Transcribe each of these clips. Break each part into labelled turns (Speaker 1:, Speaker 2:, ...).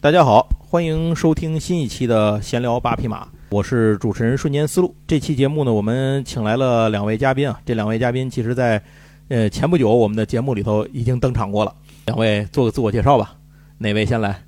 Speaker 1: 大家好，欢迎收听新一期的闲聊八匹马，我是主持人瞬间思路。这期节目呢，我们请来了两位嘉宾啊，这两位嘉宾其实在呃前不久我们的节目里头已经登场过了。两位做个自我介绍吧，哪位先来？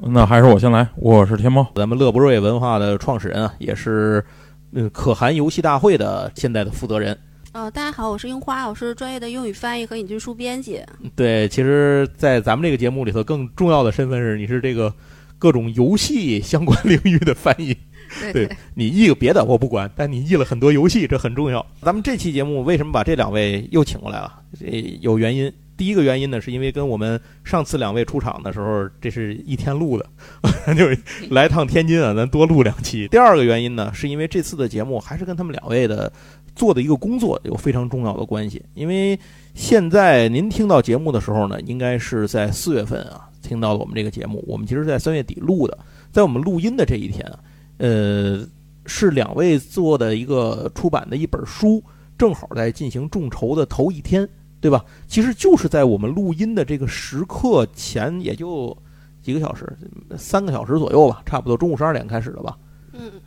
Speaker 2: 那还是我先来，我是天猫。
Speaker 1: 咱们乐博瑞文化的创始人啊，也是嗯可汗游戏大会的现在的负责人。
Speaker 3: 呃，大家好，我是樱花，我是专业的英语翻译和引进书编辑。
Speaker 1: 对，其实，在咱们这个节目里头，更重要的身份是你是这个各种游戏相关领域的翻译。
Speaker 3: 对
Speaker 1: 对你译个别的我不管，但你译了很多游戏，这很重要。咱们这期节目为什么把这两位又请过来了？这有原因。第一个原因呢，是因为跟我们上次两位出场的时候，这是一天录的， 就是来趟天津啊，咱多录两期。第二个原因呢，是因为这次的节目还是跟他们两位的做的一个工作有非常重要的关系。因为现在您听到节目的时候呢，应该是在四月份啊，听到了我们这个节目。我们其实是在三月底录的，在我们录音的这一天啊，呃，是两位做的一个出版的一本书，正好在进行众筹的头一天，对吧？其实就是在我们录音的这个时刻前，也就几个小时，三个小时左右吧，差不多中午十二点开始的吧。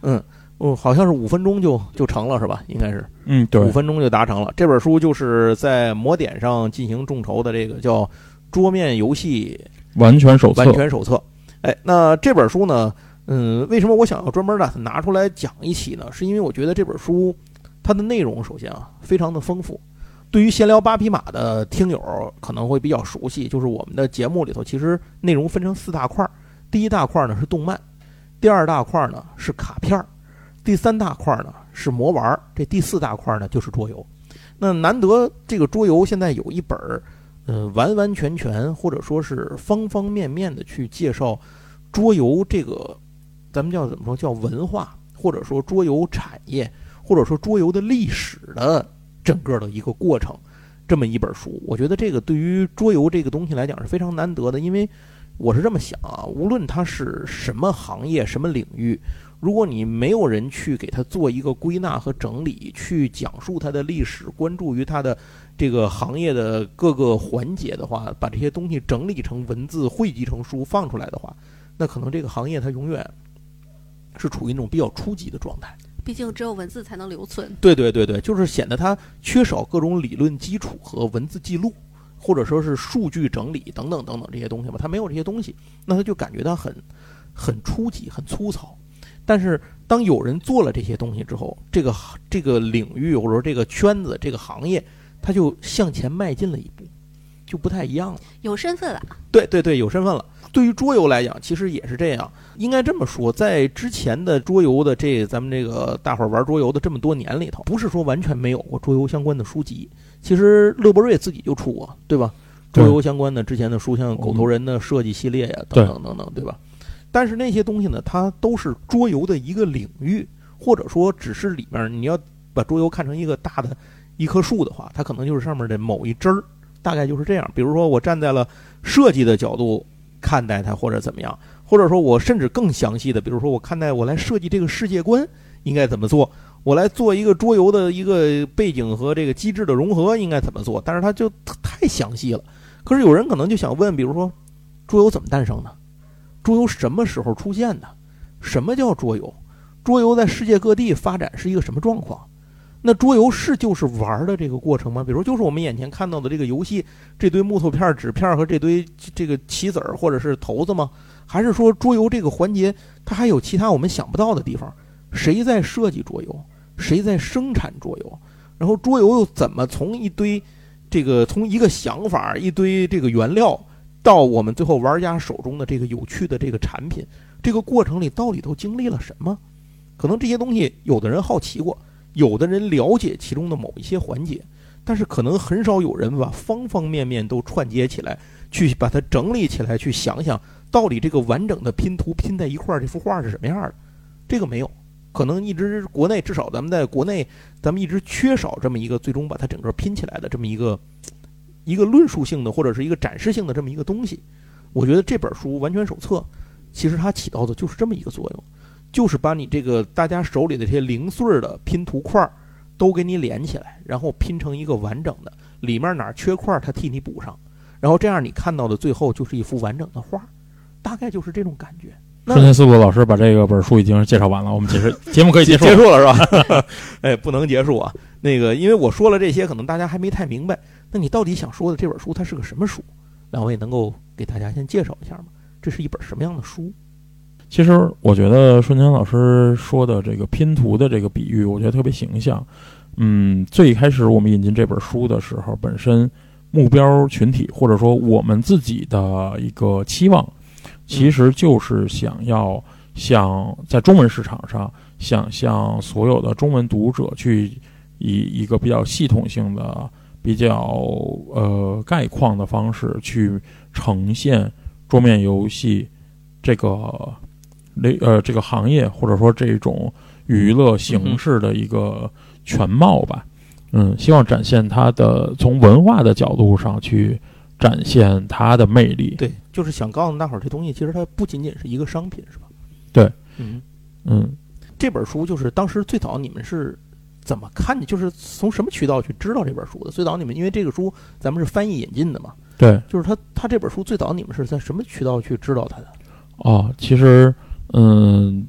Speaker 3: 嗯，
Speaker 1: 嗯，好像是五分钟就就成了，是吧？应该是。
Speaker 2: 嗯，对
Speaker 1: 五，分钟就达成了。这本书就是在魔点上进行众筹的，这个叫《桌面游戏
Speaker 2: 完全手册
Speaker 1: 完。全手册。哎，那这本书呢，嗯，为什么我想要专门的拿出来讲一期呢？是因为我觉得这本书它的内容首先啊非常的丰富。对于闲聊八匹马的听友可能会比较熟悉，就是我们的节目里头其实内容分成四大块儿，第一大块儿呢是动漫，第二大块儿呢是卡片儿，第三大块儿呢是魔玩儿，这第四大块儿呢就是桌游。那难得这个桌游现在有一本儿呃，完完全全或者说是方方面面的去介绍桌游这个，咱们叫怎么说？叫文化，或者说桌游产业，或者说桌游的历史的整个的一个过程，这么一本书，我觉得这个对于桌游这个东西来讲是非常难得的，因为我是这么想啊，无论它是什么行业、什么领域，如果你没有人去给它做一个归纳和整理，去讲述它的历史，关注于它的这个行业的各个环节的话，把这些东西整理成文字、汇集成书放出来的话，那可能这个行业它永远是处于一种比较初级的状态。
Speaker 3: 毕竟只有文字才能留存。
Speaker 1: 对对对对，就是显得它缺少各种理论基础和文字记录，或者说是数据整理等等等等这些东西吧。它没有这些东西，那他就感觉它很很初级、很粗糙。但是当有人做了这些东西之后，这个这个领域或者说这个圈子、这个行业，它就向前迈进了一步，就不太一样了。
Speaker 3: 有身份了，
Speaker 1: 对对对，有身份了。对于桌游来讲，其实也是这样，应该这么说，在之前的桌游的这咱们这个大伙儿玩桌游的这么多年里头，不是说完全没有过桌游相关的书籍。其实乐博瑞自己就出过，对吧？
Speaker 2: 对
Speaker 1: 桌游相关的之前的书，像《狗头人》的设计系列呀、等等等等，对吧？但是那些东西呢，它都是桌游的一个领域，或者说只是里面你要把桌游看成一个大的一棵树的话，它可能就是上面的某一枝儿，大概就是这样。比如说，我站在了设计的角度看待它，或者怎么样，或者说我甚至更详细的，比如说我看待我来设计这个世界观应该怎么做，我来做一个桌游的一个背景和这个机制的融合应该怎么做，但是它就太详细了。可是有人可能就想问，比如说桌游怎么诞生的？桌游什么时候出现的？什么叫桌游？桌游在世界各地发展是一个什么状况？那桌游是就是玩儿的这个过程吗？比如就是我们眼前看到的这个游戏，这堆木头片儿、纸片儿和这堆这个棋子儿或者是骰子吗？还是说桌游这个环节它还有其他我们想不到的地方？谁在设计桌游？谁在生产桌游？然后桌游又怎么从一堆这个从一个想法、一堆这个原料到我们最后玩家手中的这个有趣的这个产品，这个过程里到底都经历了什么？可能这些东西，有的人好奇过，有的人了解其中的某一些环节，但是可能很少有人把方方面面都串接起来，去把它整理起来，去想想到底这个完整的拼图拼在一块儿，这幅画是什么样的？这个没有，可能一直国内至少咱们在国内，咱们一直缺少这么一个最终把它整个拼起来的这么一个一个论述性的或者是一个展示性的这么一个东西。我觉得这本书《完全手册》，其实它起到的就是这么一个作用，就是把你这个大家手里的这些零碎儿的拼图块儿都给你连起来，然后拼成一个完整的，里面哪儿缺块儿它替你补上，然后这样你看到的最后就是一幅完整的画儿。大概就是这种感觉。那
Speaker 2: 瞬间思路老师把这个本书已经介绍完了，我们解释节目可以结束
Speaker 1: 结。束了是吧？ 哎，不能结束啊。那个，因为我说了这些，可能大家还没太明白。那你到底想说的这本书它是个什么书？两位能够给大家先介绍一下吗？这是一本什么样的书？
Speaker 2: 其实我觉得瞬间老师说的这个拼图的这个比喻，我觉得特别形象。嗯，最开始我们引进这本书的时候，本身目标群体或者说我们自己的一个期望，其实就是想要想在中文市场上，想向所有的中文读者去以一个比较系统性的、比较呃概况的方式去呈现桌面游戏这个类呃这个行业或者说这种娱乐形式的一个全貌吧。嗯，希望展现它的从文化的角度上去展现它的魅力。
Speaker 1: 对，就是想告诉大伙儿，这东西其实它不仅仅是一个商品，是吧？
Speaker 2: 对，
Speaker 1: 嗯，
Speaker 2: 嗯，
Speaker 1: 这本书就是当时最早你们是怎么看见，就是从什么渠道去知道这本书的？最早你们因为这个书咱们是翻译引进的嘛，
Speaker 2: 对。
Speaker 1: 就是它它这本书最早你们是在什么渠道去知道它的？
Speaker 2: 哦，其实，嗯，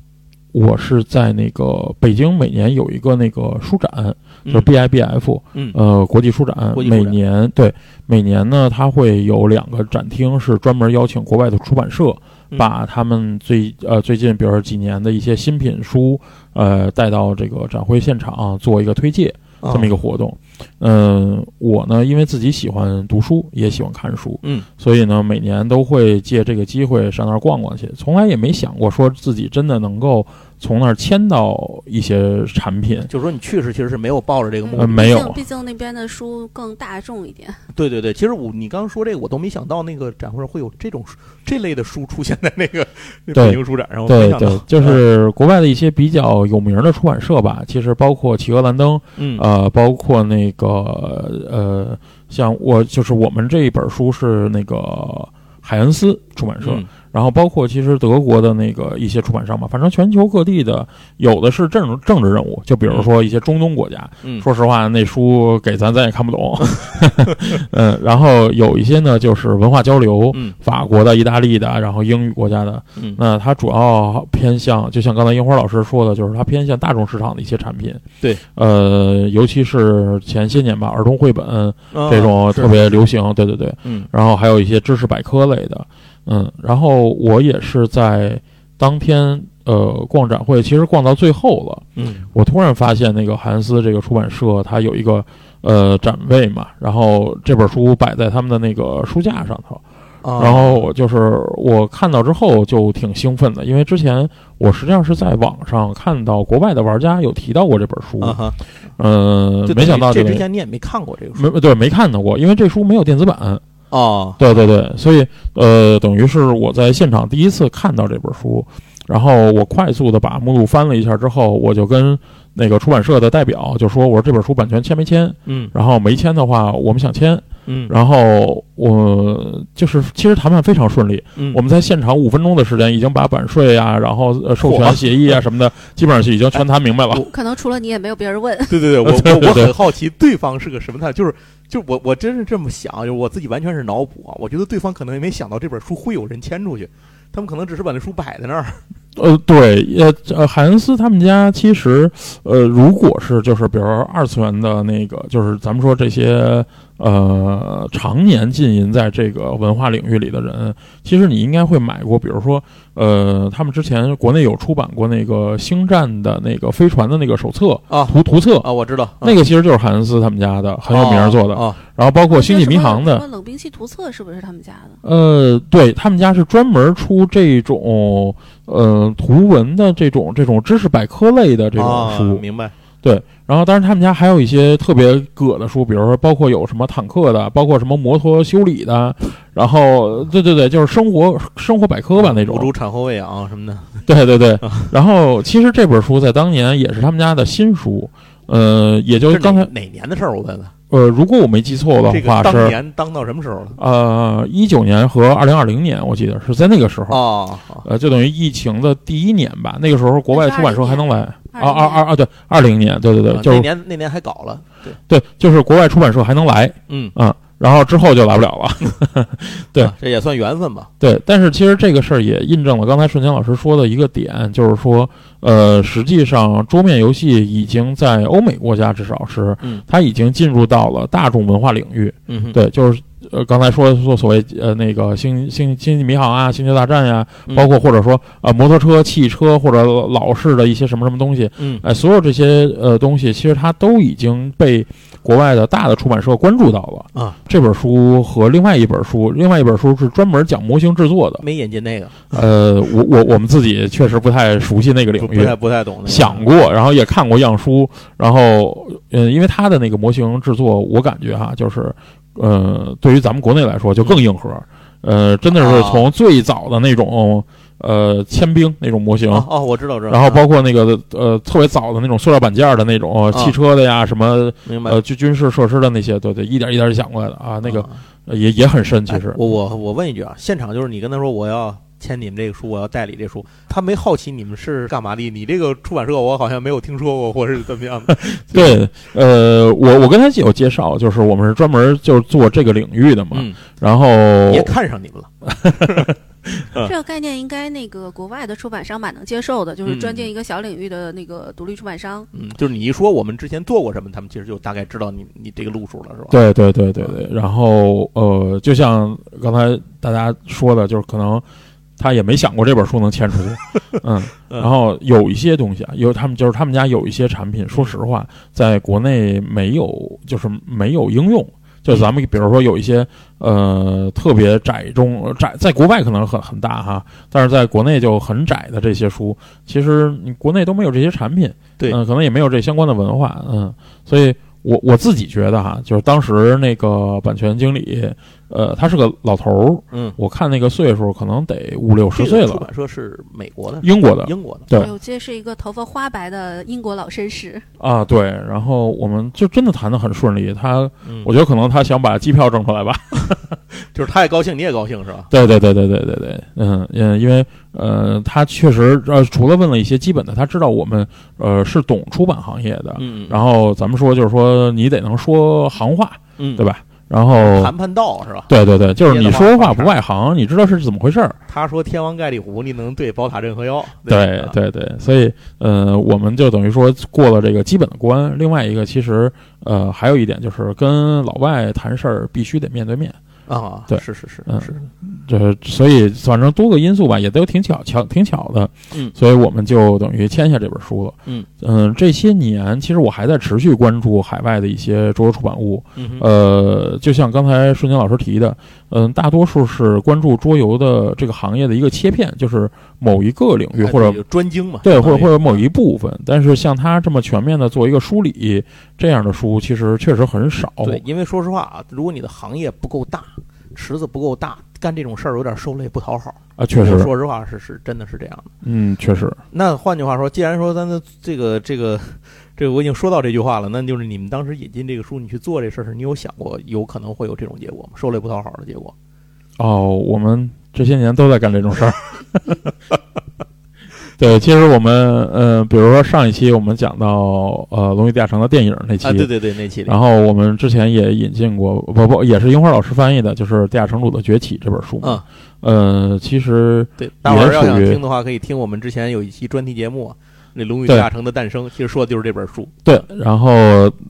Speaker 2: 我是在那个北京每年有一个那个书展，就是 BIBF，、
Speaker 1: 嗯
Speaker 2: 呃，国际书展，
Speaker 1: 国际书
Speaker 2: 每
Speaker 1: 展
Speaker 2: 年对每年呢，它会有两个展厅是专门邀请国外的出版社，
Speaker 1: 嗯
Speaker 2: 把他们最呃最近，比如说几年的一些新品书，呃，带到这个展会现场做一个推介。这么一
Speaker 1: 个
Speaker 2: 个活动。嗯、我呢，因为自己喜欢读书，也喜欢看书，
Speaker 1: 嗯，
Speaker 2: 所以呢，每年都会借这个机会上那儿逛逛去，从来也没想过说自己真的能够从那儿签到一些产品。
Speaker 1: 就是说你去时其实是没有抱着这个目
Speaker 3: 对
Speaker 1: 的
Speaker 2: 呃没有啊
Speaker 3: 嗯毕竟毕竟那边的书更大众一点。
Speaker 1: 对对对，其实我你刚刚说这个，我都没想到那个展会上会有这种书这类的书出现在那个那
Speaker 2: 对
Speaker 1: 北京书展上，我没
Speaker 2: 对
Speaker 1: 想到啊
Speaker 2: 对，就是
Speaker 1: 嗯
Speaker 2: 国外的一些比较有名的出版社吧，其实包括企鹅兰登，
Speaker 1: 嗯
Speaker 2: 呃，包括那个呃，像我就是我们这一本书是那个海恩斯出版社，
Speaker 1: 嗯
Speaker 2: 然后包括其实德国的那个一些出版商吧，反正全球各地的，有的是政政治任务，就比如说一些中东国家，
Speaker 1: 嗯
Speaker 2: 说实话那书给咱咱也看 不懂，嗯，然后有一些呢就是文化交流，
Speaker 1: 嗯
Speaker 2: 法国的、意大利的，然后英语国家的，
Speaker 1: 嗯
Speaker 2: 那它主要偏向，就像刚才樱花老师说的，就是它偏向大众市场的一些产品，
Speaker 1: 对，
Speaker 2: 呃，尤其是前些年吧，儿童绘本
Speaker 1: 啊
Speaker 2: 这种
Speaker 1: 是
Speaker 2: 特别流行，对对对，
Speaker 1: 嗯
Speaker 2: 然后还有一些知识百科类的，嗯，然后我也是在当天呃逛展会，其实逛到最后了，
Speaker 1: 嗯
Speaker 2: 我突然发现那个韩斯这个出版社它有一个呃展位嘛，然后这本书摆在他们的那个书架上头，
Speaker 1: 啊
Speaker 2: 然后我就是我看到之后就挺兴奋的，因为之前我实际上是在网上看到国外的玩家有提到过这本书，
Speaker 1: 啊哈，
Speaker 2: 嗯、
Speaker 1: 就等于
Speaker 2: 没想到
Speaker 1: 这
Speaker 2: 个
Speaker 1: 之前你也没看过这个书
Speaker 2: 没对没看到过，因为这书没有电子版。
Speaker 1: 啊
Speaker 2: 对对对，所以呃，等于是我在现场第一次看到这本书，然后我快速的把目录翻了一下之后，我就跟那个出版社的代表就说，我说这本书版权签没签？
Speaker 1: 嗯
Speaker 2: 然后没签的话，我们想签。
Speaker 1: 嗯
Speaker 2: 然后我就是其实谈判非常顺利，
Speaker 1: 嗯
Speaker 2: 我们在现场五分钟的时间已经把版税啊，然后呃授权
Speaker 1: 嚯
Speaker 2: 协议啊什么 的，基本上是已经全谈明白
Speaker 1: 嗯
Speaker 2: 了。
Speaker 3: 可能除了你也没有别人问。
Speaker 1: 对对 对，我
Speaker 2: 对对
Speaker 1: 我我
Speaker 2: 对
Speaker 1: 很好奇对方是个什么态度，就是就我我真是这么想，就是我自己完全是脑补啊，我觉得对方可能也没想到这本书会有人签出去，他们可能只是把那书摆在那儿，
Speaker 2: 呃，对，呃呃，海恩斯他们家其实，呃，如果是就是比如二次元的那个，就是咱们说这些呃常年浸淫在这个文化领域里的人，其实你应该会买过，比如说呃，他们之前国内有出版过那个《星战》的那个飞船的那个手册
Speaker 1: 啊
Speaker 2: 图图册，
Speaker 1: 啊，我知道
Speaker 2: 那个其实就是海恩斯他们家的，很有名儿做的。
Speaker 1: 啊，啊
Speaker 2: 然后包括《星际迷航》的
Speaker 3: 什，么冷兵器图册是不是他们家的？
Speaker 2: 呃，对他们家是专门出这种呃图文的这种这种知识百科类的这种
Speaker 1: 啊
Speaker 2: 书，
Speaker 1: 明白？
Speaker 2: 然后当然他们家还有一些特别葛的书，比如说包括有什么坦克的，包括什么摩托修理的，然后对对对，就是生活生活百科吧那
Speaker 1: 母猪
Speaker 2: 种，
Speaker 1: 产后喂养什么的，
Speaker 2: 对对对。然后其实这本书在当年也是他们家的新书，呃，也就
Speaker 1: 这
Speaker 2: 是
Speaker 1: 是
Speaker 2: 刚才
Speaker 1: 哪哪年的事儿？我问问，
Speaker 2: 呃，如果我没记错的
Speaker 1: 这个
Speaker 2: 话
Speaker 1: 当
Speaker 2: 是
Speaker 1: 年当到什么时候了？
Speaker 2: 呃一九年和二零二零年，我记得是在那个时候。
Speaker 1: 哦，好
Speaker 2: 呃，就等于疫情的第一年吧，那个时候国外出版社还能来啊，二
Speaker 3: 20年
Speaker 2: 二啊，对，二零年，对对对，
Speaker 1: 啊
Speaker 2: 就
Speaker 1: 那
Speaker 2: 是
Speaker 1: 年那年还搞了，对，
Speaker 2: 对，就是国外出版社还能来
Speaker 1: 嗯
Speaker 2: 啊。然后之后就来不了了。对
Speaker 1: 啊这也算缘分吧。
Speaker 2: 对，但是其实这个事儿也印证了刚才顺强老师说的一个点，就是说，呃，实际上桌面游戏已经在欧美国家至少是，
Speaker 1: 嗯
Speaker 2: 它已经进入到了大众文化领域。
Speaker 1: 嗯哼，
Speaker 2: 对，就是呃，刚才说说所谓呃那个星星星际迷航啊、星球大战呀、
Speaker 1: 嗯
Speaker 2: 包括或者说呃摩托车、汽车或者老式的一些什么什么东西，
Speaker 1: 嗯
Speaker 2: 哎、所有这些呃东西，其实它都已经被国外的大的出版社关注到了。
Speaker 1: 啊，
Speaker 2: 这本书和另外一本书，另外一本书是专门讲模型制作的。
Speaker 1: 没引进那个，
Speaker 2: 呃，我我我们自己确实不太熟悉那个领
Speaker 1: 不嗯不
Speaker 2: 域
Speaker 1: 太，不太懂那个。
Speaker 2: 想过，然后也看过样书，然后嗯、呃因为它的那个模型制作，我感觉哈，就是呃，对于咱们国内来说就更硬核，呃，真的是
Speaker 1: 啊
Speaker 2: 从最早的那种呃铅兵那种模型，
Speaker 1: 哦哦，我知道知道。
Speaker 2: 然后
Speaker 1: 啊
Speaker 2: 包括那个呃特别早的那种塑料板件儿的那种、呃汽车的呀，什么
Speaker 1: 明白
Speaker 2: 呃军军事设施的那些，对对，一点一点儿想过来的啊，那个
Speaker 1: 啊
Speaker 2: 呃也也很深，其
Speaker 1: 哎
Speaker 2: 实
Speaker 1: 我我我问一句啊，现场就是你跟他说我要签你们这个书，我要代理这书，他没好奇你们是干嘛的？你这个出版社我好像没有听说过，或是怎么样的？
Speaker 2: 对，呃，我我跟他有介绍，就是我们是专门就是做这个领域的嘛，
Speaker 1: 嗯，
Speaker 2: 然后
Speaker 1: 也看上你们了。
Speaker 3: 这个概念应该那个国外的出版商蛮能接受的，就是
Speaker 2: 嗯
Speaker 3: 专进一个小领域的那个独立出版商。
Speaker 1: 嗯，就是你一说我们之前做过什么，他们其实就大概知道你你这个路数了，是吧？啊
Speaker 2: 对对对对对，然后呃，就像刚才大家说的，就是可能他也没想过这本书能签 出去，嗯，
Speaker 1: 嗯
Speaker 2: 然后有一些东西啊，有他们就是他们家有一些产品，说实话，在国内没有，就是没有应用。就咱们比如说有一些呃特别窄中窄，在国外可能很很大哈，但是在国内就很窄的这些书，其实你国内都没有这些产品，
Speaker 1: 对
Speaker 2: 嗯、可能也没有这相关的文化，嗯，所以我我自己觉得哈，就是当时那个版权经理，呃，他是个老头儿，
Speaker 1: 嗯，
Speaker 2: 我看那个岁数可能得五六十
Speaker 1: 这个
Speaker 2: 岁
Speaker 1: 出
Speaker 2: 了，
Speaker 1: 版社是美国的，
Speaker 2: 英国的
Speaker 1: 英国的。
Speaker 2: 对
Speaker 3: 哎呦，这是一个头发花白的英国老绅士，
Speaker 2: 啊，对，然后我们就真的谈得很顺利，他
Speaker 1: 嗯
Speaker 2: 我觉得可能他想把机票挣出来吧，
Speaker 1: 就是他也高兴，你也高兴，是吧？
Speaker 2: 对对对对对对对，嗯嗯，因为呃，他确实呃，除了问了一些基本的，他知道我们呃是懂出版行业的，
Speaker 1: 嗯，
Speaker 2: 然后咱们说就是说你得能说行话，
Speaker 1: 嗯，
Speaker 2: 对吧？然后
Speaker 1: 谈判道是吧？
Speaker 2: 对对对，就是
Speaker 1: 接
Speaker 2: 你
Speaker 1: 着
Speaker 2: 说
Speaker 1: 往
Speaker 2: 话不外行，你知道是怎么回事儿。
Speaker 1: 他说天王盖地虎，你能对宝塔镇河妖？
Speaker 2: 对
Speaker 1: 对吧
Speaker 2: 对对，所以呃，我们就等于说过了这个基本的关。另外一个，其实呃，还有一点就是跟老外谈事儿必须得面对面，
Speaker 1: 啊，
Speaker 2: 对
Speaker 1: 是是是
Speaker 2: 嗯
Speaker 1: 是，
Speaker 2: 就是所以反正多个因素吧，也都挺巧巧挺巧的。
Speaker 1: 嗯
Speaker 2: 所以我们就等于签下这本书了。
Speaker 1: 嗯
Speaker 2: 嗯、这些年其实我还在持续关注海外的一些桌游出版物，
Speaker 1: 嗯哼
Speaker 2: 呃，就像刚才顺江老师提的，嗯、大多数是关注桌游的这个行业的一个切片，就是某一个领域
Speaker 1: 哎
Speaker 2: 或者
Speaker 1: 这就专精嘛，
Speaker 2: 对，
Speaker 1: 相
Speaker 2: 或者
Speaker 1: 当于
Speaker 2: 或者某一部分。但是像他这么全面的做一个梳理，这样的书其实确实很少。
Speaker 1: 对，因为说实话啊，如果你的行业不够大，池子不够大，干这种事儿有点受累不讨好。
Speaker 2: 啊，确
Speaker 1: 我
Speaker 2: 实，
Speaker 1: 说实话是是真的是这样的。
Speaker 2: 嗯，确实，
Speaker 1: 那换句话说，既然说咱的这个这个这个我已经说到这句话了，那就是你们当时引进这个书，你去做这事儿时，你有想过有可能会有这种结果吗？受累不讨好的结果？
Speaker 2: 哦，我们这些年都在干这种 事儿。对，其实我们，呃，比如说上一期我们讲到，呃，《龙与地下城》的电影那期，
Speaker 1: 啊，对对对，那期里
Speaker 2: 然后我们之前也引进过，不不，也是樱花老师翻译的，就是《地下城主的崛起》这本书嘛。嗯，呃，其实
Speaker 1: 对，大伙儿要
Speaker 2: 属
Speaker 1: 想
Speaker 2: 于
Speaker 1: 听的话，可以听我们之前有一期专题节目啊。那《龙与地
Speaker 2: 对
Speaker 1: 下城的诞生》其实说的就是这本书，
Speaker 2: 对，然后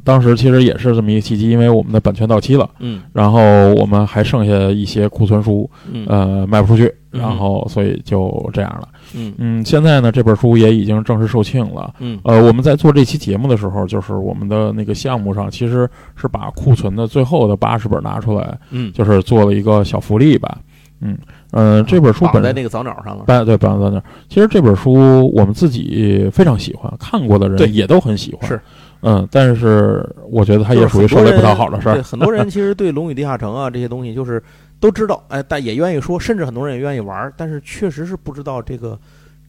Speaker 2: 当时其实也是这么一个契机，因为我们的版权到期了，
Speaker 1: 嗯
Speaker 2: 然后我们还剩下一些库存书，
Speaker 1: 嗯
Speaker 2: 呃，卖不出去，
Speaker 1: 嗯
Speaker 2: 然后所以就这样了。
Speaker 1: 嗯
Speaker 2: 嗯，现在呢，这本书也已经正式售罄了。
Speaker 1: 嗯
Speaker 2: 呃，我们在做这期节目的时候，就是我们的那个项目上，其实是把库存的最后的八十本拿出来，
Speaker 1: 嗯，
Speaker 2: 就是做了一个小福利吧。嗯，呃，这本书
Speaker 1: 绑
Speaker 2: 本
Speaker 1: 在
Speaker 2: 身
Speaker 1: 那个早鸟上了，
Speaker 2: 搬对搬到那儿。其实这本书我们自己非常喜欢，看过的
Speaker 1: 对
Speaker 2: 人也都很喜欢。
Speaker 1: 是，
Speaker 2: 嗯，但是我觉得它也属于
Speaker 1: 就是
Speaker 2: 受
Speaker 1: 很多
Speaker 2: 累
Speaker 1: 人
Speaker 2: 不讨好的事
Speaker 1: 对，
Speaker 2: 儿。
Speaker 1: 很多人其实对《龙与地下城》啊这些东西就是都知道，哎，但也愿意说，甚至很多人也愿意玩儿，但是确实是不知道这个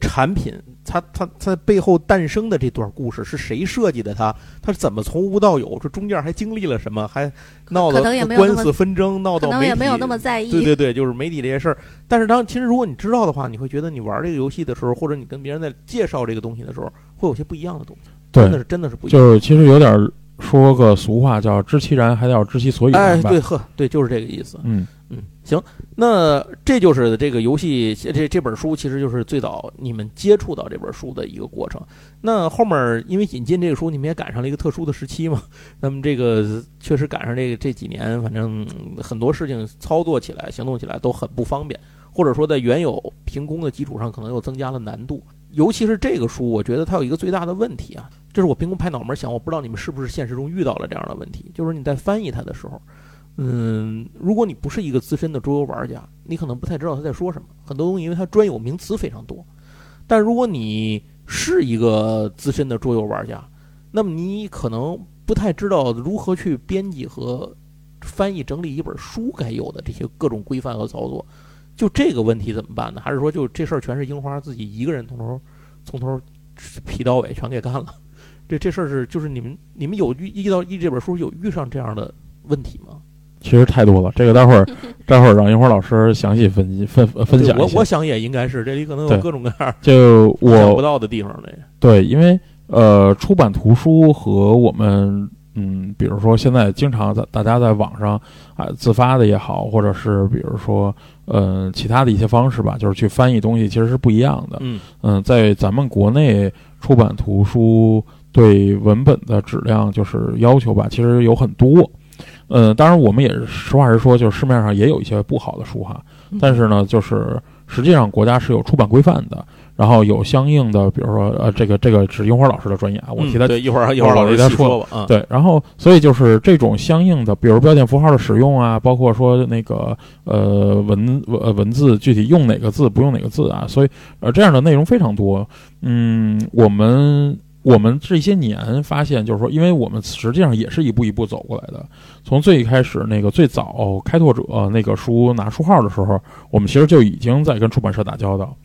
Speaker 1: 产品它它它背后诞生的这段故事是谁设计的它，它是怎么从无到有，这中间还经历了什么，还闹
Speaker 3: 可
Speaker 1: 了
Speaker 3: 能也没有
Speaker 1: 官
Speaker 3: 那么
Speaker 1: 司纷争，闹
Speaker 3: 可
Speaker 1: 到
Speaker 3: 能
Speaker 1: 媒
Speaker 3: 也没有
Speaker 1: 体
Speaker 3: 那么在意。
Speaker 1: 对对对，就是媒体这些事儿。但是当其实如果你知道的话，你会觉得你玩这个游戏的时候，或者你跟别人在介绍这个东西的时候，会有些不一样的东西，
Speaker 2: 对
Speaker 1: 真的，是真的是不一样。
Speaker 2: 就是其实有点说个俗话叫“知其然，还得要知其所以
Speaker 1: 哎，
Speaker 2: 然”吧。
Speaker 1: 对，呵，对，就是这个意思。
Speaker 2: 嗯，
Speaker 1: 嗯，行，那这就是这个游戏这这本书，其实就是最早你们接触到这本书的一个过程。那后面因为引进这个书，你们也赶上了一个特殊的时期嘛。那么这个确实赶上这个这几年，反正很多事情操作起来、行动起来都很不方便，或者说在原有凭空的基础上，可能又增加了难度。尤其是这个书，我觉得它有一个最大的问题啊，这是我凭空拍脑门想，我不知道你们是不是现实中遇到了这样的问题，就是你在翻译它的时候。嗯，如果你不是一个资深的桌游玩家，你可能不太知道他在说什么。很多东西因为它专有名词非常多，但如果你是一个资深的桌游玩家，那么你可能不太知道如何去编辑和翻译整理一本书该有的这些各种规范和操作。就这个问题怎么办呢？还是说就这事儿全是樱花自己一个人从头从头皮到尾全给干了？这这事儿是就是你们你们有遇遇到遇这本书有遇上这样的问题吗？
Speaker 2: 其实太多了。这个待会儿，待会儿让樱花老师详细分析分呃分
Speaker 1: 对
Speaker 2: 享一
Speaker 1: 我
Speaker 2: 下。
Speaker 1: 我想也应该是，这里可能有
Speaker 2: 对
Speaker 1: 各种各样
Speaker 2: 就
Speaker 1: 想不
Speaker 2: 我
Speaker 1: 到的地方嘞。
Speaker 2: 对，因为呃，出版图书和我们嗯，比如说现在经常在大家在网上啊、自发的也好，或者是比如说呃其他的一些方式吧，就是去翻译东西，其实是不一样的。
Speaker 1: 嗯
Speaker 2: 嗯，在咱们国内出版图书对文本的质量就是要求吧，其实有很多。呃，当然我们也是实话实说，就是市面上也有一些不好的书哈，但是呢，就是实际上国家是有出版规范的，然后有相应的，比如说呃，这个这个是樱花老师的专业啊，我替他
Speaker 1: 嗯对一会儿一会儿
Speaker 2: 我
Speaker 1: 老师
Speaker 2: 替他
Speaker 1: 细
Speaker 2: 说
Speaker 1: 说吧啊。
Speaker 2: 对，然后所以就是这种相应的，比如标点符号的使用啊，包括说那个呃文呃文字具体用哪个字不用哪个字啊，所以呃这样的内容非常多。嗯，我们我们这些年发现，就是说，因为我们实际上也是一步一步走过来的。从最一开始那个最早开拓者、那个书拿书号的时候，我们其实就已经在跟出版社打交道，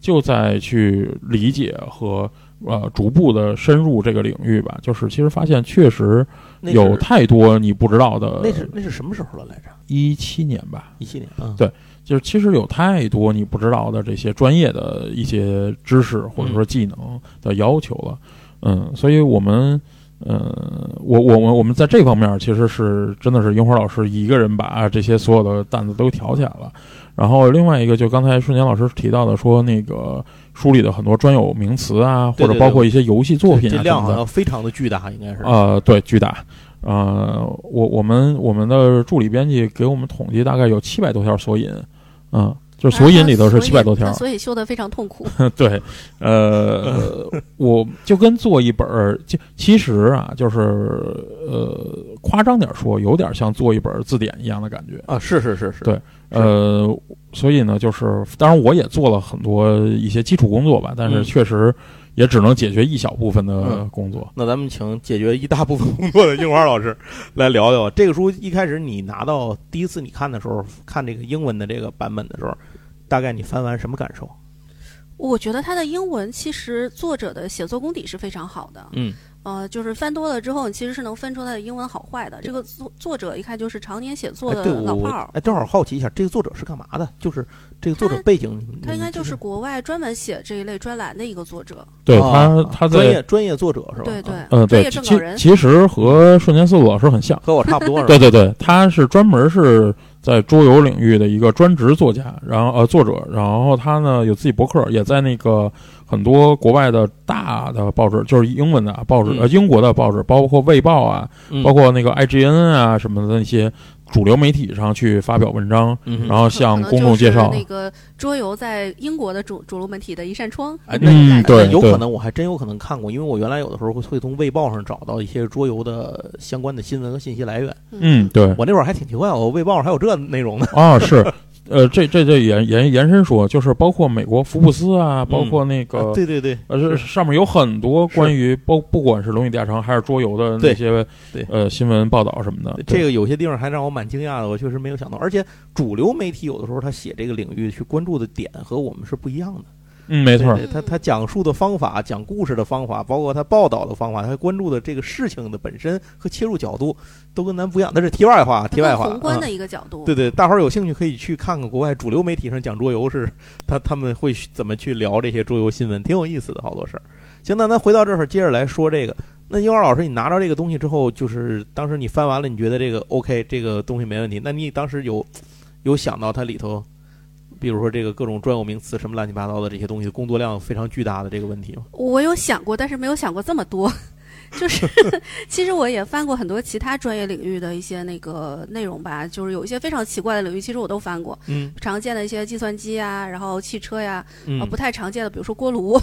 Speaker 2: 就在去理解和。呃，逐步的深入这个领域吧，就是其实发现确实
Speaker 1: 那是
Speaker 2: 有太多你不知道的。
Speaker 1: 那是那是什么时候了来着？
Speaker 2: 一七年吧，
Speaker 1: 一七年啊。
Speaker 2: 对就是其实有太多你不知道的这些专业的一些知识或
Speaker 1: 嗯
Speaker 2: 者说技能的要求了。嗯，所以我们，呃，我我我我们在这方面其实是真的是樱花老师一个人把啊这些所有的担子都挑起来了。然后另外一个就刚才瞬间老师提到的说那个书里的很多专有名词啊，
Speaker 1: 对
Speaker 2: 或者
Speaker 1: 对
Speaker 2: 包
Speaker 1: 对
Speaker 2: 括一些游戏作品
Speaker 1: 这
Speaker 2: 啊
Speaker 1: 这
Speaker 2: 什么
Speaker 1: 量好
Speaker 2: 的
Speaker 1: 像非常的巨大，应该是。
Speaker 2: 呃，对，巨大。呃，我我们我们的助理编辑给我们统计，大概有七百多条索引，嗯、就是索引里头是七百多条
Speaker 3: 他，所以修的非常痛苦。
Speaker 2: 对，呃，我就跟做一本儿，就其实啊，就是呃，夸张点儿说，有点像做一本儿字典一样的感觉，
Speaker 1: 啊，是是是是。
Speaker 2: 对呃，所以呢，就是当然我也做了很多一些基础工作吧，但
Speaker 1: 嗯
Speaker 2: 是确实也只能解决一小部分的
Speaker 1: 嗯
Speaker 2: 工作。
Speaker 1: 那咱们请解决一大部分工作的樱花老 师来聊聊这个书。一开始你拿到第一次你看的时候，看这个英文的这个版本的时候，大概你翻完什么感受？
Speaker 3: 我觉得他的英文其实作者的写作功底是非常好的，
Speaker 1: 嗯
Speaker 3: 呃，就是翻多了之后，你其实是能分出他的英文好坏的。这个作作者一看就是常年写作
Speaker 1: 哎，
Speaker 3: 的
Speaker 1: 对我
Speaker 3: 老炮
Speaker 1: 我
Speaker 3: 儿，
Speaker 1: 哎，正好好奇一下，这个作者是干嘛的？就是这个作者
Speaker 3: 他
Speaker 1: 背景，你
Speaker 3: 他
Speaker 1: 们
Speaker 3: 应该
Speaker 1: 知
Speaker 3: 就是
Speaker 1: 道
Speaker 3: 国外专门写这一类专栏的一个作者。
Speaker 2: 对
Speaker 1: 啊
Speaker 2: 他，他在
Speaker 1: 专业专业作者是吧？
Speaker 3: 对对
Speaker 1: 啊，
Speaker 2: 呃，
Speaker 3: 专
Speaker 2: 对，
Speaker 3: 业
Speaker 2: 其
Speaker 3: 撰稿人。
Speaker 2: 其实和瞬间速度老师很像。
Speaker 1: 和我差不多是吧？
Speaker 2: 对对对，他是专门是在桌游领域的一个专职作家，然后呃作者，然后他呢有自己博客，也在那个很多国外的大的报纸，就是英文的啊报
Speaker 1: 嗯
Speaker 2: 纸，呃英国的报纸，包括《卫报》啊，
Speaker 1: 嗯
Speaker 2: 包括那个 IGN 啊什么的那些主流媒体上去发表文章，
Speaker 1: 嗯哼
Speaker 2: 然后
Speaker 3: 可
Speaker 2: 向
Speaker 3: 可能
Speaker 2: 公众
Speaker 3: 就是
Speaker 2: 介绍。
Speaker 3: 那个桌游在英国的主主流媒体的一扇窗。
Speaker 1: 哎
Speaker 3: 那种
Speaker 2: 嗯
Speaker 3: 感觉
Speaker 2: 对
Speaker 1: 有可能我还真有可能看过，因为我原来有的时候会会从卫报上找到一些桌游的相关的新闻和信息来源。
Speaker 2: 嗯， 对，
Speaker 1: 我那会儿还挺奇怪，我卫报上还有这内容呢。
Speaker 2: 啊，是，呃，这这这延延延伸说，就是包括美国福布斯啊，包括那 个、
Speaker 1: 对对对，
Speaker 2: 呃，是上面有很多
Speaker 1: 是
Speaker 2: 关于包不管是《龙与地下城》还是桌游的
Speaker 1: 对
Speaker 2: 那些
Speaker 1: 对
Speaker 2: 呃新闻报道什么的。
Speaker 1: 这
Speaker 2: 个
Speaker 1: 个有些地方还让我蛮惊讶的，我确实没有想到。而且主流媒体有的时候他写这个领域去关注的点和我们是不一样的。
Speaker 2: 嗯，没错儿
Speaker 1: 对，对他他讲述的方法、讲故事的方法，包括他报道的方法，他关注的这个事情的本身和切入角度都跟咱不一样。那是题外话，题外话。
Speaker 3: 宏观
Speaker 1: 嗯
Speaker 3: 的一个角度。
Speaker 1: 对对，大伙儿有兴趣可以去看看国外主流媒体上讲桌游是他他们会去怎么去聊这些桌游新闻，挺有意思的好多事儿。行，那咱回到这儿，接着来说这个。那幼儿老师，你拿到这个东西之后，就是当时你翻完了，你觉得这个 OK，这个东西没问题。那你当时有有想到它里头，比如说这个各种专有名词什么乱七八糟的这些东西，工作量非常巨大的这个问题吗？
Speaker 3: 我有想过，但是没有想过这么多。 就是其实我也翻过很多其他专业领域的一些那个内容吧，就是有一些非常奇怪的领域，其实我都翻过。
Speaker 1: 嗯
Speaker 3: 常见的一些计算机呀，然后汽车呀，
Speaker 1: 嗯
Speaker 3: 啊，不太常见的，比如说锅炉，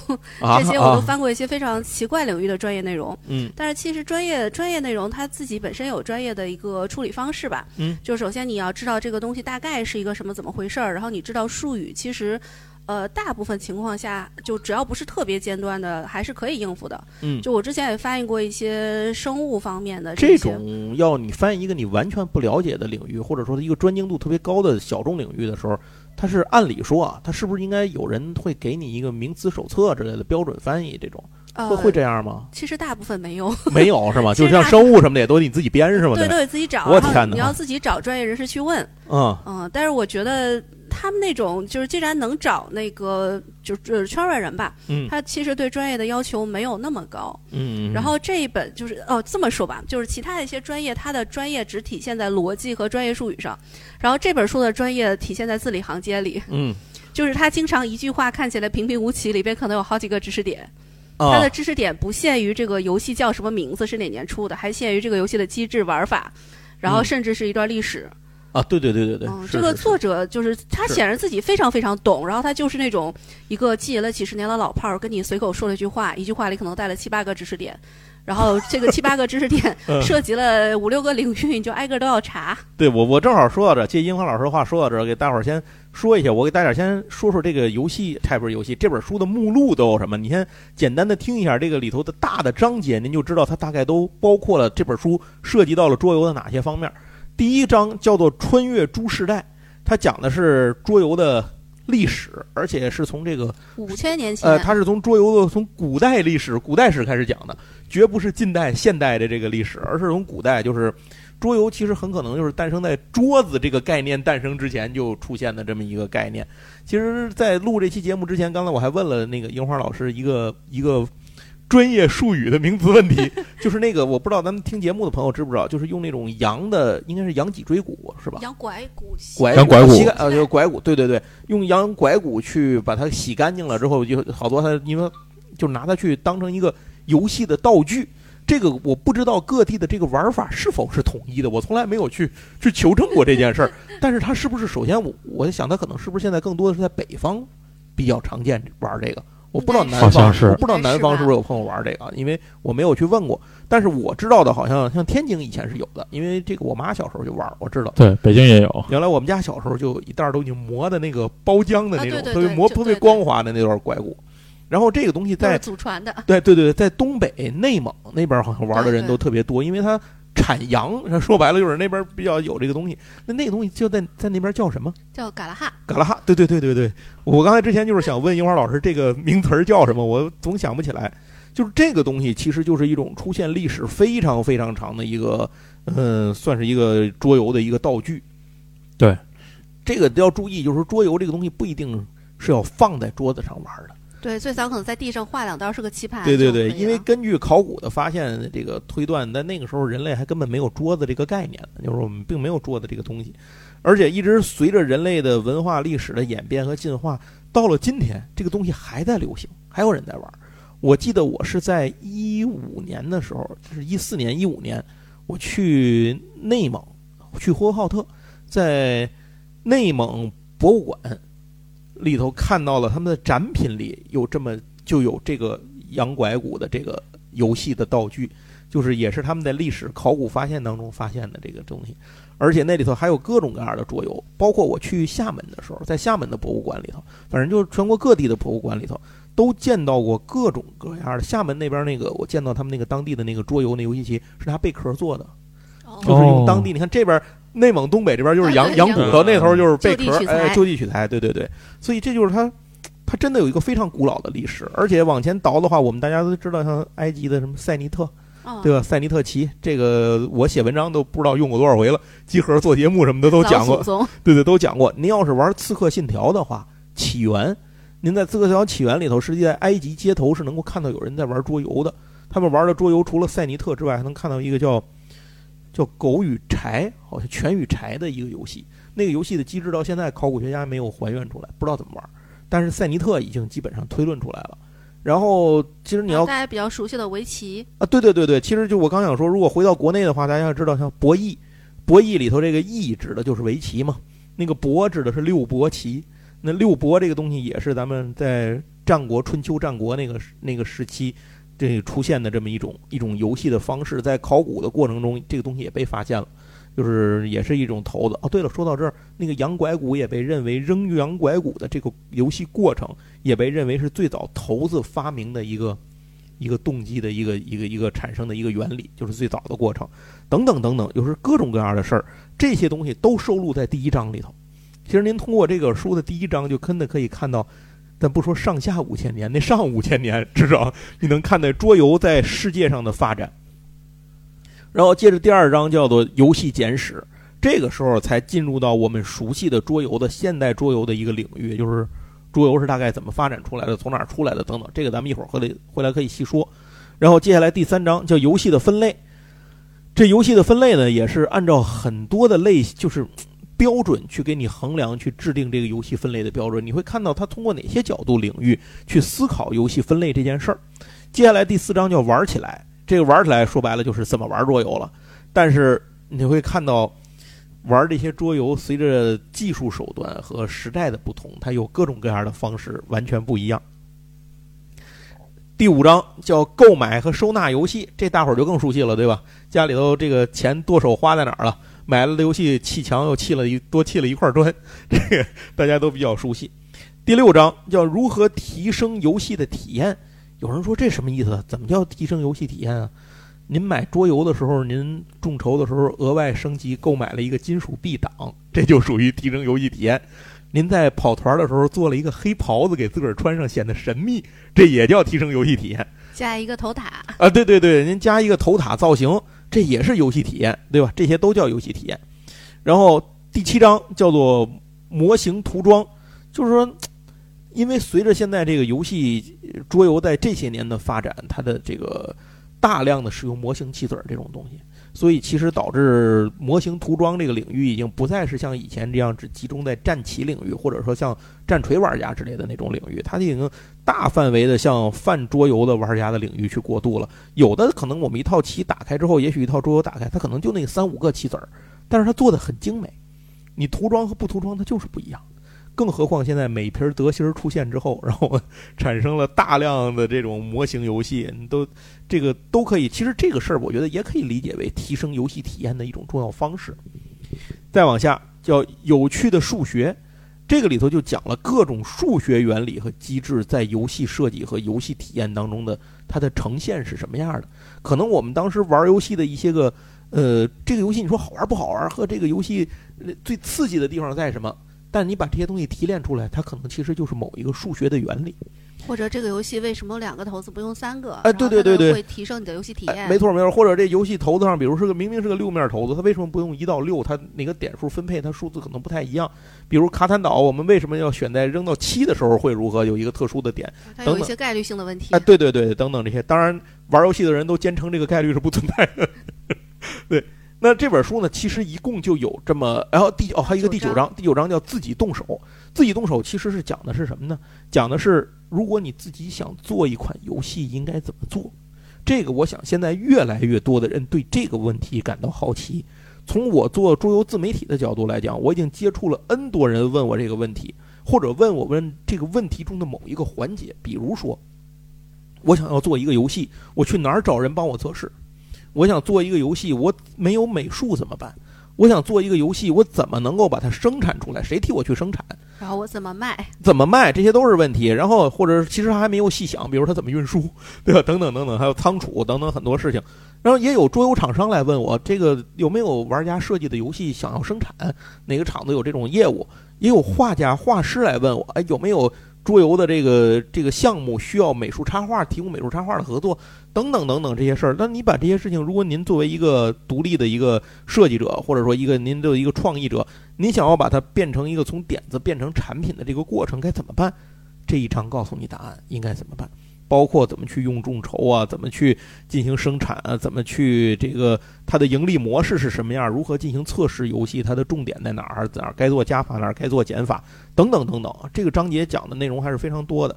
Speaker 1: 啊
Speaker 3: 这些我都
Speaker 1: 啊
Speaker 3: 翻过一些非常奇怪领域的专业内容。
Speaker 1: 嗯
Speaker 3: 但是其实专业专业内容它自己本身有专业的一个处理方式吧。
Speaker 1: 嗯，
Speaker 3: 就首先你要知道这个东西大概是一个什么怎么回事儿，然后你知道术语，其实。呃，大部分情况下，就只要不是特别尖端的，还是可以应付的。
Speaker 1: 嗯，
Speaker 3: 就我之前也翻译过一些生物方面的
Speaker 1: 这
Speaker 3: 些
Speaker 1: 种要你翻译一个你完全不了解的领域，或者说一个专精度特别高的小众领域的时候，它是按理说啊，它是不是应该有人会给你一个名词手册之类的标准翻译？这种
Speaker 3: 呃
Speaker 1: 会会这样吗？
Speaker 3: 其实大部分没有，
Speaker 1: 没有是吗？
Speaker 3: 其
Speaker 1: 就
Speaker 3: 实
Speaker 1: 像
Speaker 3: 大
Speaker 1: 生物什么的也都得你自己编是吗？
Speaker 3: 对，
Speaker 1: 吧
Speaker 3: 都得自己找。
Speaker 1: 我
Speaker 3: 然后
Speaker 1: 天哪
Speaker 3: 你要自己找专业人士去问。
Speaker 1: 嗯
Speaker 3: 嗯、但是我觉得他们那种就是，既然能找那个就是呃圈外人吧，
Speaker 1: 嗯
Speaker 3: 他其实对专业的要求没有那么高。
Speaker 1: 嗯，嗯
Speaker 3: 然后这一本就是哦，这么说吧，就是其他的一些专业，它的专业只体现在逻辑和专业术语上，然后这本书的专业体现在字里行间里，
Speaker 1: 嗯，
Speaker 3: 就是它经常一句话看起来平平无奇，里边可能有好几个知识点。
Speaker 1: 啊
Speaker 3: 它的知识点不限于这个游戏叫什么名字，是哪年出的，还限于这个游戏的机制、玩法，然后
Speaker 1: 嗯
Speaker 3: 甚至是一段历史。
Speaker 1: 啊，对对对对对，
Speaker 3: 嗯，
Speaker 1: 是
Speaker 3: 这个
Speaker 1: 是是
Speaker 3: 作者就是他
Speaker 1: 是
Speaker 3: 显然自己非常非常懂，然后他就是那种一个寄人了几十年的老炮儿，跟你随口说了一句话，一句话里可能带了七八个知识点，然后这个七八个知识点
Speaker 1: 嗯
Speaker 3: 涉及了五六个领域，你就挨个都要查。
Speaker 1: 对我我正好说到这儿，借樱花老师的话说到这儿，给大伙儿先说一下，我给大家先说说这个游戏，这不是游戏，这本书的目录都有什么？你先简单的听一下这个里头的大的章节，您就知道它大概都包括了这本书涉及到了桌游的哪些方面。第一章叫做《穿越诸世代》，它讲的是桌游的历史，而且是从这个
Speaker 3: 五千年前，
Speaker 1: 呃，它是从桌游的从古代历史、古代史开始讲的，绝不是近代、现代的这个历史，而是从古代，就是桌游其实很可能就是诞生在桌子这个概念诞生之前就出现的这么一个概念。其实，在录这期节目之前，刚才我还问了那个樱花老师一个一个专业术语的名词问题， 就是那个我不知道咱们听节目的朋友知不知道，就是用那种羊的，应该是羊脊椎骨是吧？
Speaker 3: 羊拐骨系
Speaker 1: 拐
Speaker 2: 羊拐骨
Speaker 1: 膝盖呃，就是拐骨，对对对，用羊拐骨去把它洗干净了之后，就好多它因为就拿它去当成一个游戏的道具。这个我不知道各地的这个玩法是否是统一的，我从来没有去去求证过这件事儿。但是它是不是首先我我想它可能是不是现在更多的是在北方比较常见玩这个，我不知道
Speaker 3: 应
Speaker 1: 南
Speaker 3: 该
Speaker 1: 方
Speaker 2: 好像是
Speaker 1: 我不知道
Speaker 3: 应该是
Speaker 1: 南方
Speaker 3: 吧
Speaker 1: 是不是有朋友玩这个，啊，因为我没有去问过。但是我知道的，好像像天津以前是有的，因为这个我妈小时候就玩儿，我知道。
Speaker 2: 对，北京也有，
Speaker 1: 原来我们家小时候就一袋儿都已经磨的那个包浆的那种，
Speaker 3: 啊对对
Speaker 1: 特别
Speaker 3: 对
Speaker 1: 磨
Speaker 3: 就
Speaker 1: 特别
Speaker 3: 对对嗯
Speaker 1: 光滑的那段拐骨。然后这个东西
Speaker 3: 都是
Speaker 1: 在
Speaker 3: 祖传的，
Speaker 1: 对对对，在东北、内蒙那边好像玩的人
Speaker 3: 对对
Speaker 1: 都特别多，因为它产羊，说白了就是那边比较有这个东西。那那个东西就在在那边叫什么？
Speaker 3: 叫嘎拉哈。
Speaker 1: 嘎啦哈，对对对对对，我刚才之前就是想问樱花老师这个名词儿叫什么，我总想不起来。就是这个东西，其实就是一种出现历史非常非常长的一个，嗯，算是一个桌游的一个道具。
Speaker 2: 对，
Speaker 1: 这个要注意，就是说桌游这个东西不一定是要放在桌子上玩的。
Speaker 3: 对，最早可能在地上画两道是个棋盘就
Speaker 1: 对
Speaker 3: 可以
Speaker 1: 对
Speaker 3: 了。
Speaker 1: 对，因为根据考古的发现，这个推断，在那个时候人类还根本没有桌子这个概念，就是我们并没有桌子这个东西，而且一直随着人类的文化历史的演变和进化，到了今天，这个东西还在流行，还有人在玩儿。我记得我是在一五年的时候，就是一四年、一五年，我去内蒙，去呼和浩特，在内蒙博物馆里头看到了他们的展品里有这么就有这个羊拐骨的这个游戏的道具，就是也是他们在历史考古发现当中发现的这个东西，而且那里头还有各种各样的桌游，包括我去厦门的时候，在厦门的博物馆里头，反正就是全国各地的博物馆里头都见到过各种各样的。厦门那边那个，我见到他们那个当地的那个桌游那游戏机是拿贝壳做的，
Speaker 3: 哦
Speaker 1: 就是用当地，你看这边内蒙东北这边就是羊
Speaker 3: 对
Speaker 1: 羊骨头，
Speaker 2: 对
Speaker 1: 那头就是贝
Speaker 3: 就
Speaker 1: 壳
Speaker 3: 地取，材
Speaker 1: 哎，就地取材，对对对，所以这就是它，它真的有一个非常古老的历史，而且往前倒的话，我们大家都知道，像埃及的什么塞尼特，
Speaker 3: 哦
Speaker 1: 对吧？塞尼特旗，这个我写文章都不知道用过多少回了，集合做节目什么的都讲
Speaker 3: 早
Speaker 1: 过
Speaker 3: 祖，宗
Speaker 1: 对对，都讲过。您要是玩《刺客信条》的话，起源您在《资格小起源》里头，实际在埃及街头是能够看到有人在玩桌游的。他们玩的桌游除了赛尼特之外，还能看到一个叫叫“狗与柴”，好像“犬与柴”的一个游戏。那个游戏的机制到现在考古学家没有还原出来，不知道怎么玩。但是赛尼特已经基本上推论出来了。然后，其实你要
Speaker 3: 大家比较熟悉的围棋，
Speaker 1: 啊，对对对对，其实就我刚想说，如果回到国内的话，大家要知道，像博弈，博弈里头这个弈指的就是围棋嘛，那个博指的是六博棋，那六博这个东西也是咱们在战国、春秋战国那个时那个时期这出现的这么一种一种游戏的方式，在考古的过程中，这个东西也被发现了。就是也是一种骰子哦。对了，说到这儿，那个羊拐骨也被认为扔羊拐骨的这个游戏过程，也被认为是最早骰子发明的一个一个动机的一个一个一个产生的一个原理，就是最早的过程，等等等等，就是各种各样的事儿，这些东西都收录在第一章里头。其实您通过这个书的第一章就真的可以看到，咱不说上下五千年，那上五千年至少你能看到桌游在世界上的发展。然后接着第二章叫做《游戏简史》，这个时候才进入到我们熟悉的桌游的现代桌游的一个领域，就是桌游是大概怎么发展出来的，从哪儿出来的等等。这个咱们一会儿回来回来可以细说。然后接下来第三章叫游戏的分类，这游戏的分类呢也是按照很多的类就是标准去给你衡量去制定这个游戏分类的标准。你会看到它通过哪些角度领域去思考游戏分类这件事儿。接下来第四章叫玩起来。这个玩起来说白了就是怎么玩桌游了，但是你会看到，玩这些桌游随着技术手段和时代的不同，它有各种各样的方式，完全不一样。第五章叫购买和收纳游戏，这大伙儿就更熟悉了，对吧？家里头这个钱多手花在哪儿了？买了的游戏砌墙又砌了一多砌了一块砖， 这个大家都比较熟悉。第六章叫如何提升游戏的体验。有人说这什么意思？怎么叫提升游戏体验啊？您买桌游的时候，您众筹的时候额外升级购买了一个金属臂挡，这就属于提升游戏体验。您在跑团的时候做了一个黑袍子给自个儿穿上，显得神秘，这也叫提升游戏体验
Speaker 3: 加一个头塔，
Speaker 1: 啊！对对对，您加一个头塔造型，这也是游戏体验，对吧？这些都叫游戏体验。然后第七章叫做模型涂装，就是说。因为随着现在这个游戏桌游在这些年的发展，它的这个大量的使用模型棋子儿这种东西，所以其实导致模型涂装这个领域已经不再是像以前这样只集中在战棋领域，或者说像战锤玩家之类的那种领域，它已经大范围的向泛桌游的玩家的领域去过渡了。有的可能我们一套棋打开之后，也许一套桌游打开，它可能就那三五个棋子儿，但是它做的很精美，你涂装和不涂装它就是不一样。更何况现在每瓶德芯儿出现之后，然后产生了大量的这种模型游戏，你都这个都可以。其实这个事儿，我觉得也可以理解为提升游戏体验的一种重要方式。再往下叫有趣的数学，这个里头就讲了各种数学原理和机制在游戏设计和游戏体验当中的它的呈现是什么样的。可能我们当时玩游戏的一些个呃，这个游戏你说好玩不好玩，和这个游戏最刺激的地方在什么？但你把这些东西提炼出来，它可能其实就是某一个数学的原理。
Speaker 3: 或者这个游戏为什么两个头子不用三个？
Speaker 1: 哎对对对对哎
Speaker 3: 然后它就会提升你的游戏体验。
Speaker 1: 没错没错，或者这游戏骰子上，比如是个明明是个六面骰子，它为什么不用一到六？它那个点数分配，它数字可能不太一样。比如卡坦岛，我们为什么要选在扔到七的时候会如何有一个特殊的点？
Speaker 3: 它有一些概率性的问题。
Speaker 1: 哎，对对对，等等这些。当然，玩游戏的人都坚称这个概率是不存在的。对。那这本书呢，其实一共就有这么，然后第哦还有一个第九
Speaker 3: 九
Speaker 1: 章，第九章叫自己动手。自己动手其实是讲的是什么呢？讲的是如果你自己想做一款游戏，应该怎么做。这个我想现在越来越多的人对这个问题感到好奇。从我做桌游自媒体的角度来讲，我已经接触了 N 多人问我这个问题，或者问我问这个问题中的某一个环节，比如说，我想要做一个游戏，我去哪儿找人帮我测试？我想做一个游戏，我没有美术怎么办？我想做一个游戏，我怎么能够把它生产出来？谁替我去生产？
Speaker 3: 然后我怎么卖？
Speaker 1: 怎么卖？这些都是问题。然后或者其实还没有细想，比如它怎么运输， 对吧？等等等等，还有仓储等等很多事情。然后也有桌游厂商来问我，这个有没有玩家设计的游戏想要生产？哪个厂子有这种业务？也有画家、画师来问我，哎，有没有桌游的这个这个项目需要美术插画，提供美术插画的合作？等等等等这些事儿，那你把这些事情，如果您作为一个独立的一个设计者，或者说一个您的一个创意者，您想要把它变成一个从点子变成产品的这个过程，该怎么办？这一章告诉你答案应该怎么办，包括怎么去用众筹啊，怎么去进行生产啊，怎么去这个它的盈利模式是什么样，如何进行测试游戏，它的重点在哪儿，哪儿该做加法，哪儿该做减法，等等等等。这个章节讲的内容还是非常多的。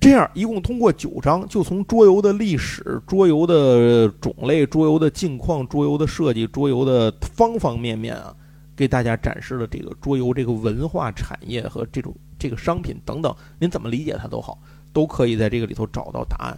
Speaker 1: 这样一共通过九章，就从桌游的历史、桌游的种类、桌游的境况、桌游的设计、桌游的方方面面啊，给大家展示了这个桌游这个文化产业和这种这个商品等等，您怎么理解它都好，都可以在这个里头找到答案。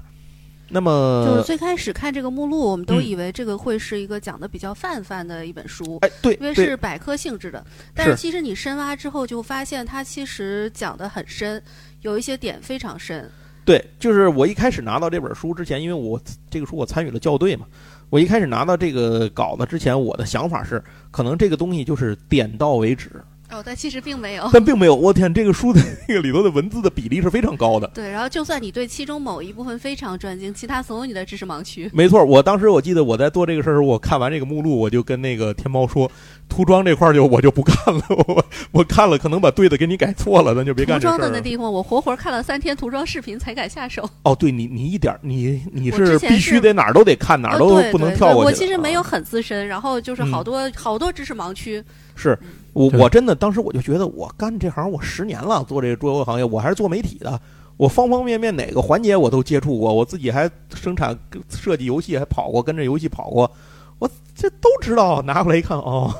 Speaker 1: 那
Speaker 3: 就是
Speaker 1: 么，
Speaker 3: 最开始看这个目录，我们都
Speaker 1: 呃嗯
Speaker 3: 以为这个会是一个讲的比较泛泛的一本书，
Speaker 1: 哎，对
Speaker 3: 因为
Speaker 1: 对
Speaker 3: 是百科性质的。但是
Speaker 1: 是
Speaker 3: 其实你深挖之后，就发现它其实讲的很深，有一些点非常深。
Speaker 1: 对，就是我一开始拿到这本书之前，因为我这个书我参与了校对嘛，我一开始拿到这个稿子之前，我的想法是，可能这个东西就是点到为止，
Speaker 3: 哦，但其实并没有。
Speaker 1: 但并没有。我天，这个书的那个里头的文字的比例是非常高的。
Speaker 3: 对，然后就算你对其中某一部分非常专精，其他总有你的知识盲区。
Speaker 1: 没错，我当时我记得我在做这个事儿时候，我看完这个目录，我就跟那个天猫说，涂装这块儿就我就不看了，我我看了可能把对的给你改错了，咱就别
Speaker 3: 涂
Speaker 1: 干这
Speaker 3: 装
Speaker 1: 事儿
Speaker 3: 的那
Speaker 1: 了。
Speaker 3: 地方，我活活看了三天涂装视频才敢下手。
Speaker 1: 哦，对你你一点儿你你
Speaker 3: 我之
Speaker 1: 是
Speaker 3: 前
Speaker 1: 必须
Speaker 3: 是
Speaker 1: 得哪儿都得看，哪儿都
Speaker 3: 呃对
Speaker 1: 不能
Speaker 3: 对
Speaker 1: 跳
Speaker 3: 对
Speaker 1: 过去的。
Speaker 3: 我其实没
Speaker 1: 啊嗯
Speaker 3: 有很资深，然后就是好多、好多知识盲区。
Speaker 1: 是我
Speaker 2: 对
Speaker 1: 我真的当时我就觉得我干这行我十年了，做这个桌游行业，我还是做媒体的，我方方面面哪个环节我都接触过，我自己还生产设计游戏还跑过，跟着游戏跑过，我这都知道。拿回来一看， 哦，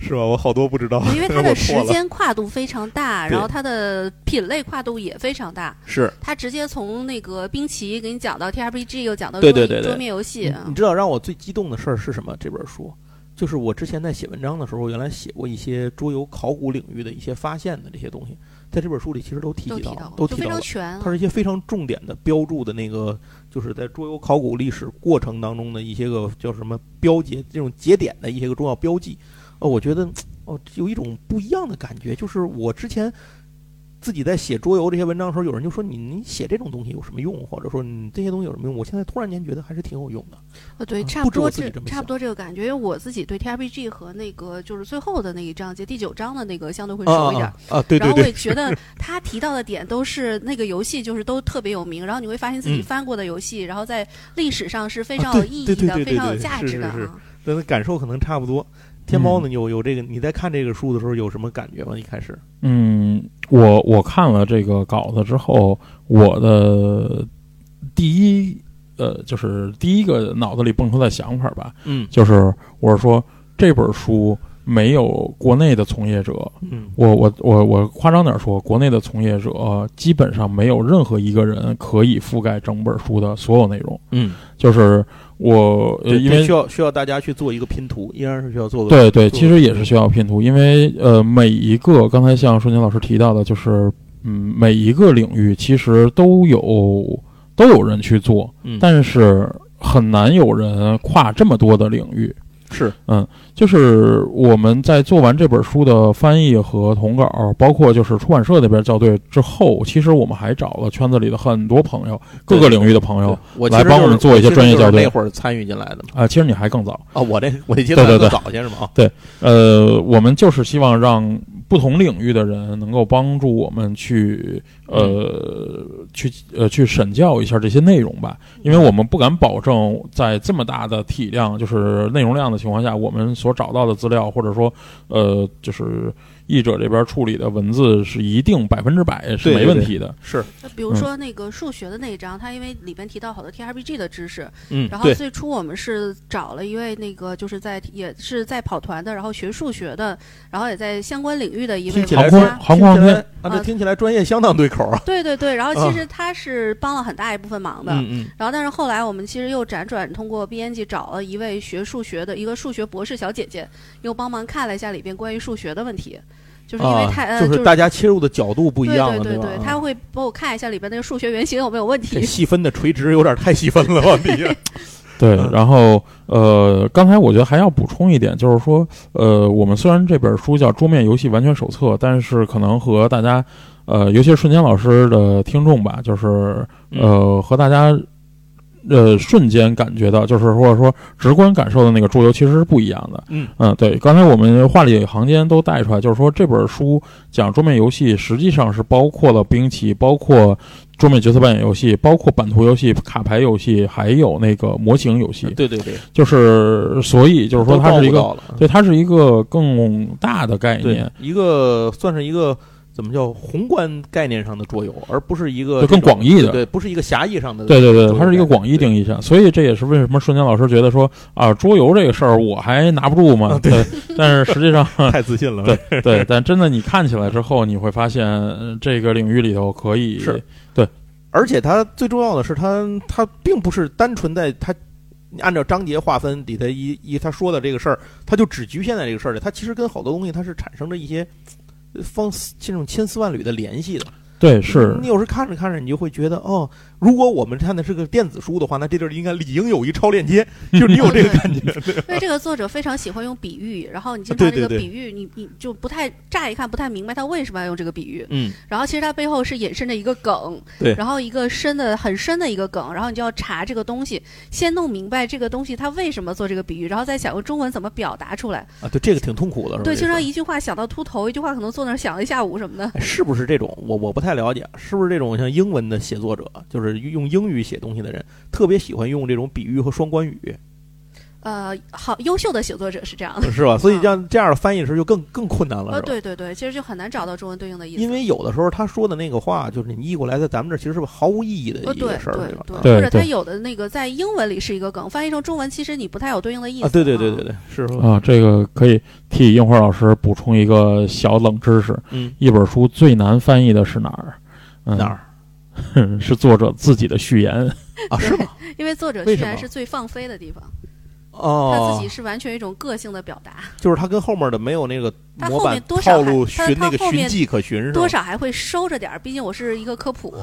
Speaker 1: 是吧？我好多不知道，
Speaker 3: 因为它的
Speaker 1: 哦我
Speaker 3: 时
Speaker 1: 错了
Speaker 3: 间跨度非常大，
Speaker 1: 对
Speaker 3: 然后它的品类跨度也非常大，
Speaker 1: 是。
Speaker 3: 它直接从那个兵棋给你讲到 T R P G，又讲到
Speaker 1: 对
Speaker 3: 桌
Speaker 1: 对对嗯对
Speaker 3: 桌面游戏嗯
Speaker 1: 你，你知道让我最激动的事儿是什么？这本书就是我之前在写文章的时候，原来写过一些桌游考古领域的一些发现的这些东西，在这本书里其实都提
Speaker 3: 都
Speaker 1: 及
Speaker 3: 提
Speaker 1: 到
Speaker 3: 到
Speaker 1: 了，
Speaker 3: 过，
Speaker 1: 都
Speaker 3: 就
Speaker 1: 提
Speaker 3: 非
Speaker 1: 到了
Speaker 3: 常。全啊
Speaker 1: 它。是一些非常重点的标注的那个，就是在桌游考古历史过程当中的一些个叫什么标节这种节点的一些个重要标记。哦，我觉得哦，有一种不一样的感觉，就是我之前自己在写桌游这些文章的时候，有人就说你你写这种东西有什么用，或者说你这些东西有什么用？我现在突然间觉得还是挺有用的。
Speaker 3: 呃，对，
Speaker 1: 啊
Speaker 3: 差
Speaker 1: 不
Speaker 3: 不
Speaker 1: 止我
Speaker 3: 多
Speaker 1: 自己
Speaker 3: 这
Speaker 1: 这么
Speaker 3: 差
Speaker 1: 想
Speaker 3: 不多这个感觉，因为我自己对 T R P G 和那个就是最后的那一章节第九章的那个相对会熟一点
Speaker 1: 啊。啊啊！对
Speaker 3: 然
Speaker 1: 对
Speaker 3: 后我
Speaker 1: 对，
Speaker 3: 也觉得他提到的点都是那个游戏，就是都特别有名。然后你会发现自己
Speaker 1: 嗯
Speaker 3: 翻过的游戏，然后在历史上是非
Speaker 1: 啊
Speaker 3: 常
Speaker 1: 对
Speaker 3: 有意义
Speaker 1: 对对
Speaker 3: 的、
Speaker 1: 对对
Speaker 3: 非常有
Speaker 1: 对
Speaker 3: 价
Speaker 1: 是
Speaker 3: 值的
Speaker 1: 是是
Speaker 3: 啊。
Speaker 1: 咱的感受可能差不多。天猫呢，你有有这个？你在看这个书的时候有什么感觉吗？一开始
Speaker 2: 嗯，我我看了这个稿子之后，我的第一呃，就是第一个脑子里蹦出的想法吧，
Speaker 1: 嗯
Speaker 2: 就是我是说这本书没有国内的从业者，
Speaker 1: 嗯
Speaker 2: 我我我我夸张点说，国内的从业者、呃基本上没有任何一个人可以覆盖整本书的所有内容。
Speaker 1: 嗯。
Speaker 2: 就是我，呃
Speaker 1: 对
Speaker 2: 因
Speaker 1: 这
Speaker 2: 为
Speaker 1: 需要需要大家去做一个拼图，依然是需要做个
Speaker 2: 对对，
Speaker 1: 做
Speaker 2: 其实也是需要拼图，因为呃，每一个刚才像顺清老师提到的，就是嗯，每一个领域其实都有都有人去做，
Speaker 1: 嗯
Speaker 2: 但是很难有人跨这么多的领域。
Speaker 1: 是
Speaker 2: 就是我们在做完这本书的翻译和统稿，包括就是出版社那边校对之后，其实我们还找了圈子里的很多朋友，各个领域的朋友
Speaker 1: 对我
Speaker 2: 来
Speaker 1: 其实
Speaker 2: 帮
Speaker 1: 就是
Speaker 2: 我们做一
Speaker 1: 其
Speaker 2: 些
Speaker 1: 实
Speaker 2: 专业
Speaker 1: 就是
Speaker 2: 校对
Speaker 1: 那会儿参与进来的嘛
Speaker 2: 啊、其实你还更早。
Speaker 1: 啊，我这我 这阶段
Speaker 2: 对
Speaker 1: 更
Speaker 2: 对对
Speaker 1: 早些是吗？啊，
Speaker 2: 呃，我们就是希望让不同领域的人能够帮助我们去呃
Speaker 1: 嗯
Speaker 2: 去呃去审校一下这些内容吧，因为我们不敢保证在这么大的体量就是内容量的情况下，我们所找到的资料或者说呃就是译者这边处理的文字是一定百分之百是
Speaker 1: 对
Speaker 2: 没
Speaker 1: 对
Speaker 2: 问
Speaker 1: 对
Speaker 2: 题的。
Speaker 1: 是，
Speaker 3: 那比如说那个数学的那一章，它因为里边提到好多 T R P G 的知识，
Speaker 1: 嗯
Speaker 3: 然后
Speaker 1: 对，
Speaker 3: 最初我们是找了一位那个就是在也是在跑团的，然后学数学的，然后也在相关领域的一位
Speaker 1: 听起
Speaker 2: 航
Speaker 1: 来
Speaker 2: 空
Speaker 3: 玩家。
Speaker 2: 航空航
Speaker 1: 听起来
Speaker 2: 天，
Speaker 1: 啊，这听起来专业相当对口 啊。
Speaker 3: 对对对，然后
Speaker 1: 啊
Speaker 3: 其实他是帮了很大一部分忙的。
Speaker 1: 嗯嗯，
Speaker 3: 然后，但是后来我们其实又辗转通过编辑找了一位学数学的一个数学博士小姐姐，又帮忙看了一下里边关于数学的问题，就是因为太、
Speaker 1: 啊，就
Speaker 3: 呃
Speaker 1: 是
Speaker 3: 是
Speaker 1: 大家切入的角度不一样了，
Speaker 3: 对对对
Speaker 1: 吧
Speaker 3: 对，？
Speaker 1: 啊
Speaker 3: 他会帮我看一下里边那个数学原型有没有问
Speaker 1: 这
Speaker 3: 题。
Speaker 1: 细分的垂直有点太细分了， 往底下。
Speaker 2: 对
Speaker 1: 嗯，
Speaker 2: 然后呃，刚才我觉得还要补充一点，就是说，呃，我们虽然这本书叫《桌面游戏完全手册》，但是可能和大家，呃，尤其是瞬间老师的听众吧，就是
Speaker 1: 嗯
Speaker 2: 呃，和大家呃瞬间感觉到，就是或者说直观感受的那个桌游其实是不一样的。
Speaker 1: 嗯
Speaker 2: 嗯，对，刚才我们话里行间都带出来，就是说这本书讲桌面游戏，实际上是包括了兵棋，包括桌面角色扮演游戏，包括版图游戏、卡牌游戏，还有那个模型游戏。
Speaker 1: 对对对，
Speaker 2: 就是所以就是说
Speaker 1: 都
Speaker 2: 它
Speaker 1: 照
Speaker 2: 是一
Speaker 1: 顾
Speaker 2: 个，
Speaker 1: 到了
Speaker 2: 对，它是一个更大的概念
Speaker 1: 对，一个算是一个怎么叫宏观概念上的桌游，而不是一个
Speaker 2: 就
Speaker 1: 这种
Speaker 2: 更广义的
Speaker 1: 对，不是一个狭义上的
Speaker 2: 对对
Speaker 1: 桌
Speaker 2: 对，
Speaker 1: 游
Speaker 2: 它是一个
Speaker 1: 概念
Speaker 2: 广义定义上，所以这也是为什么瞬间老师觉得说啊，桌游这个事儿我还拿不住嘛。啊对， 但是实际上，
Speaker 1: 太自信了
Speaker 2: 对对，但真的你看起来之后，你会发现呃这个领域里头可以
Speaker 1: 是而且它最重要的是它，它并不是单纯在它按照章节划分里头一一他说的这个事儿，它就只局限在这个事儿里。它其实跟好多东西它是产生着一些呃方这种千丝万缕的联系的。
Speaker 2: 对是
Speaker 1: 你有时看着看着，你就会觉得哦，如果我们看的是个电子书的话，那这地儿应该理应有一超链接，就是你有这个感觉。
Speaker 3: 因为这个作者非常喜欢用比喻，然后你经常这
Speaker 1: 对对
Speaker 3: 个
Speaker 1: 对
Speaker 3: 比喻，你你就不太乍一看不太明白他为什么要用这个比喻，
Speaker 1: 嗯，
Speaker 3: 然后其实它背后是引申着一个梗，
Speaker 1: 对
Speaker 3: 然后一个深的很深的一个梗，然后你就要查这个东西，先弄明白这个东西它为什么做这个比喻，然后再想用中文怎么表达出来。
Speaker 1: 啊，对，这个挺痛苦的，是吧？
Speaker 3: 对，
Speaker 1: 这
Speaker 3: 经
Speaker 1: 事儿
Speaker 3: 常一句话想到秃头，一句话可能坐那儿想了一下午什么的。
Speaker 1: 哎是不是这种？我我不太了解，是不是这种像英文的写作者，就是用英语写东西的人，特别喜欢用这种比喻和双关 语，
Speaker 3: 呃，好，优秀的写作者是这样的。
Speaker 1: 是吧？所以像这样的翻译的时候就更更困难了，
Speaker 3: 嗯呃，
Speaker 1: 是吧？
Speaker 3: 对对对，其实就很难找到中文对应的意思。
Speaker 1: 因为有的时候他说的那个话，就是你译过来，在咱们这其实是毫无意义的
Speaker 3: 呃，
Speaker 1: 一
Speaker 3: 对
Speaker 1: 个事儿，
Speaker 3: 对
Speaker 1: 吧？
Speaker 3: 对，
Speaker 1: 啊
Speaker 2: 对
Speaker 3: 或者它
Speaker 2: 对
Speaker 3: 有的那个在英文里是一个梗，翻译成中文其实你不太有对应的意思。
Speaker 1: 啊，对对对对对，是吧？
Speaker 2: 啊，这个可以替樱花老师补充一个小冷知识：
Speaker 1: 嗯，
Speaker 2: 一本书最难翻译的是哪儿？嗯、
Speaker 1: 哪儿
Speaker 2: 是作者自己的序言。
Speaker 1: 啊？是吗？
Speaker 3: 对，因为作者
Speaker 1: 为
Speaker 3: 居
Speaker 1: 什么
Speaker 3: 然是最放飞的地方，他
Speaker 1: 哦
Speaker 3: 自己，是完全一种个性的表达。
Speaker 1: 就是他跟后面的没有那个
Speaker 3: 他
Speaker 1: 模
Speaker 3: 后
Speaker 1: 板
Speaker 3: 面多少
Speaker 1: 套路
Speaker 3: 还他
Speaker 1: 寻那
Speaker 3: 他
Speaker 1: 个
Speaker 3: 后
Speaker 1: 寻
Speaker 3: 面
Speaker 1: 迹可循，是吧
Speaker 3: 多？少还会收着点儿，毕竟我是一个科普。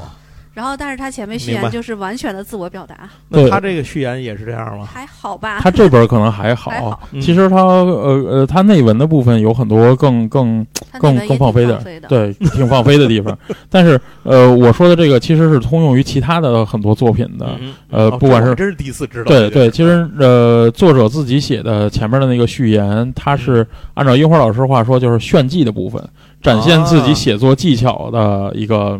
Speaker 3: 然后，但是他前面序
Speaker 1: 明白
Speaker 3: 言就是完全的自我表达，
Speaker 1: 那
Speaker 2: 对
Speaker 1: 他这个序言也是这样吗？
Speaker 3: 还好吧？
Speaker 2: 他这本可能还好，
Speaker 3: 啊还好，
Speaker 1: 嗯
Speaker 2: 其实它呃呃，它内文的部分有很多更更
Speaker 3: 他
Speaker 2: 更更
Speaker 3: 那边也挺
Speaker 2: 放
Speaker 3: 放
Speaker 2: 飞点儿
Speaker 3: 飞的。
Speaker 2: 对，挺放飞的地方。但是，呃，我说的这个其实是通用于其他的很多作品的。
Speaker 1: 嗯
Speaker 2: 呃
Speaker 1: 哦
Speaker 2: 不
Speaker 1: 这
Speaker 2: 管
Speaker 1: 我
Speaker 2: 是
Speaker 1: 还真是第一次知道这嗯个事儿，
Speaker 2: 对对，其实呃，作者自己写的前面的那个序言，他是按照樱花老师话说，就是炫技的部分，展现自己写作技巧的一个、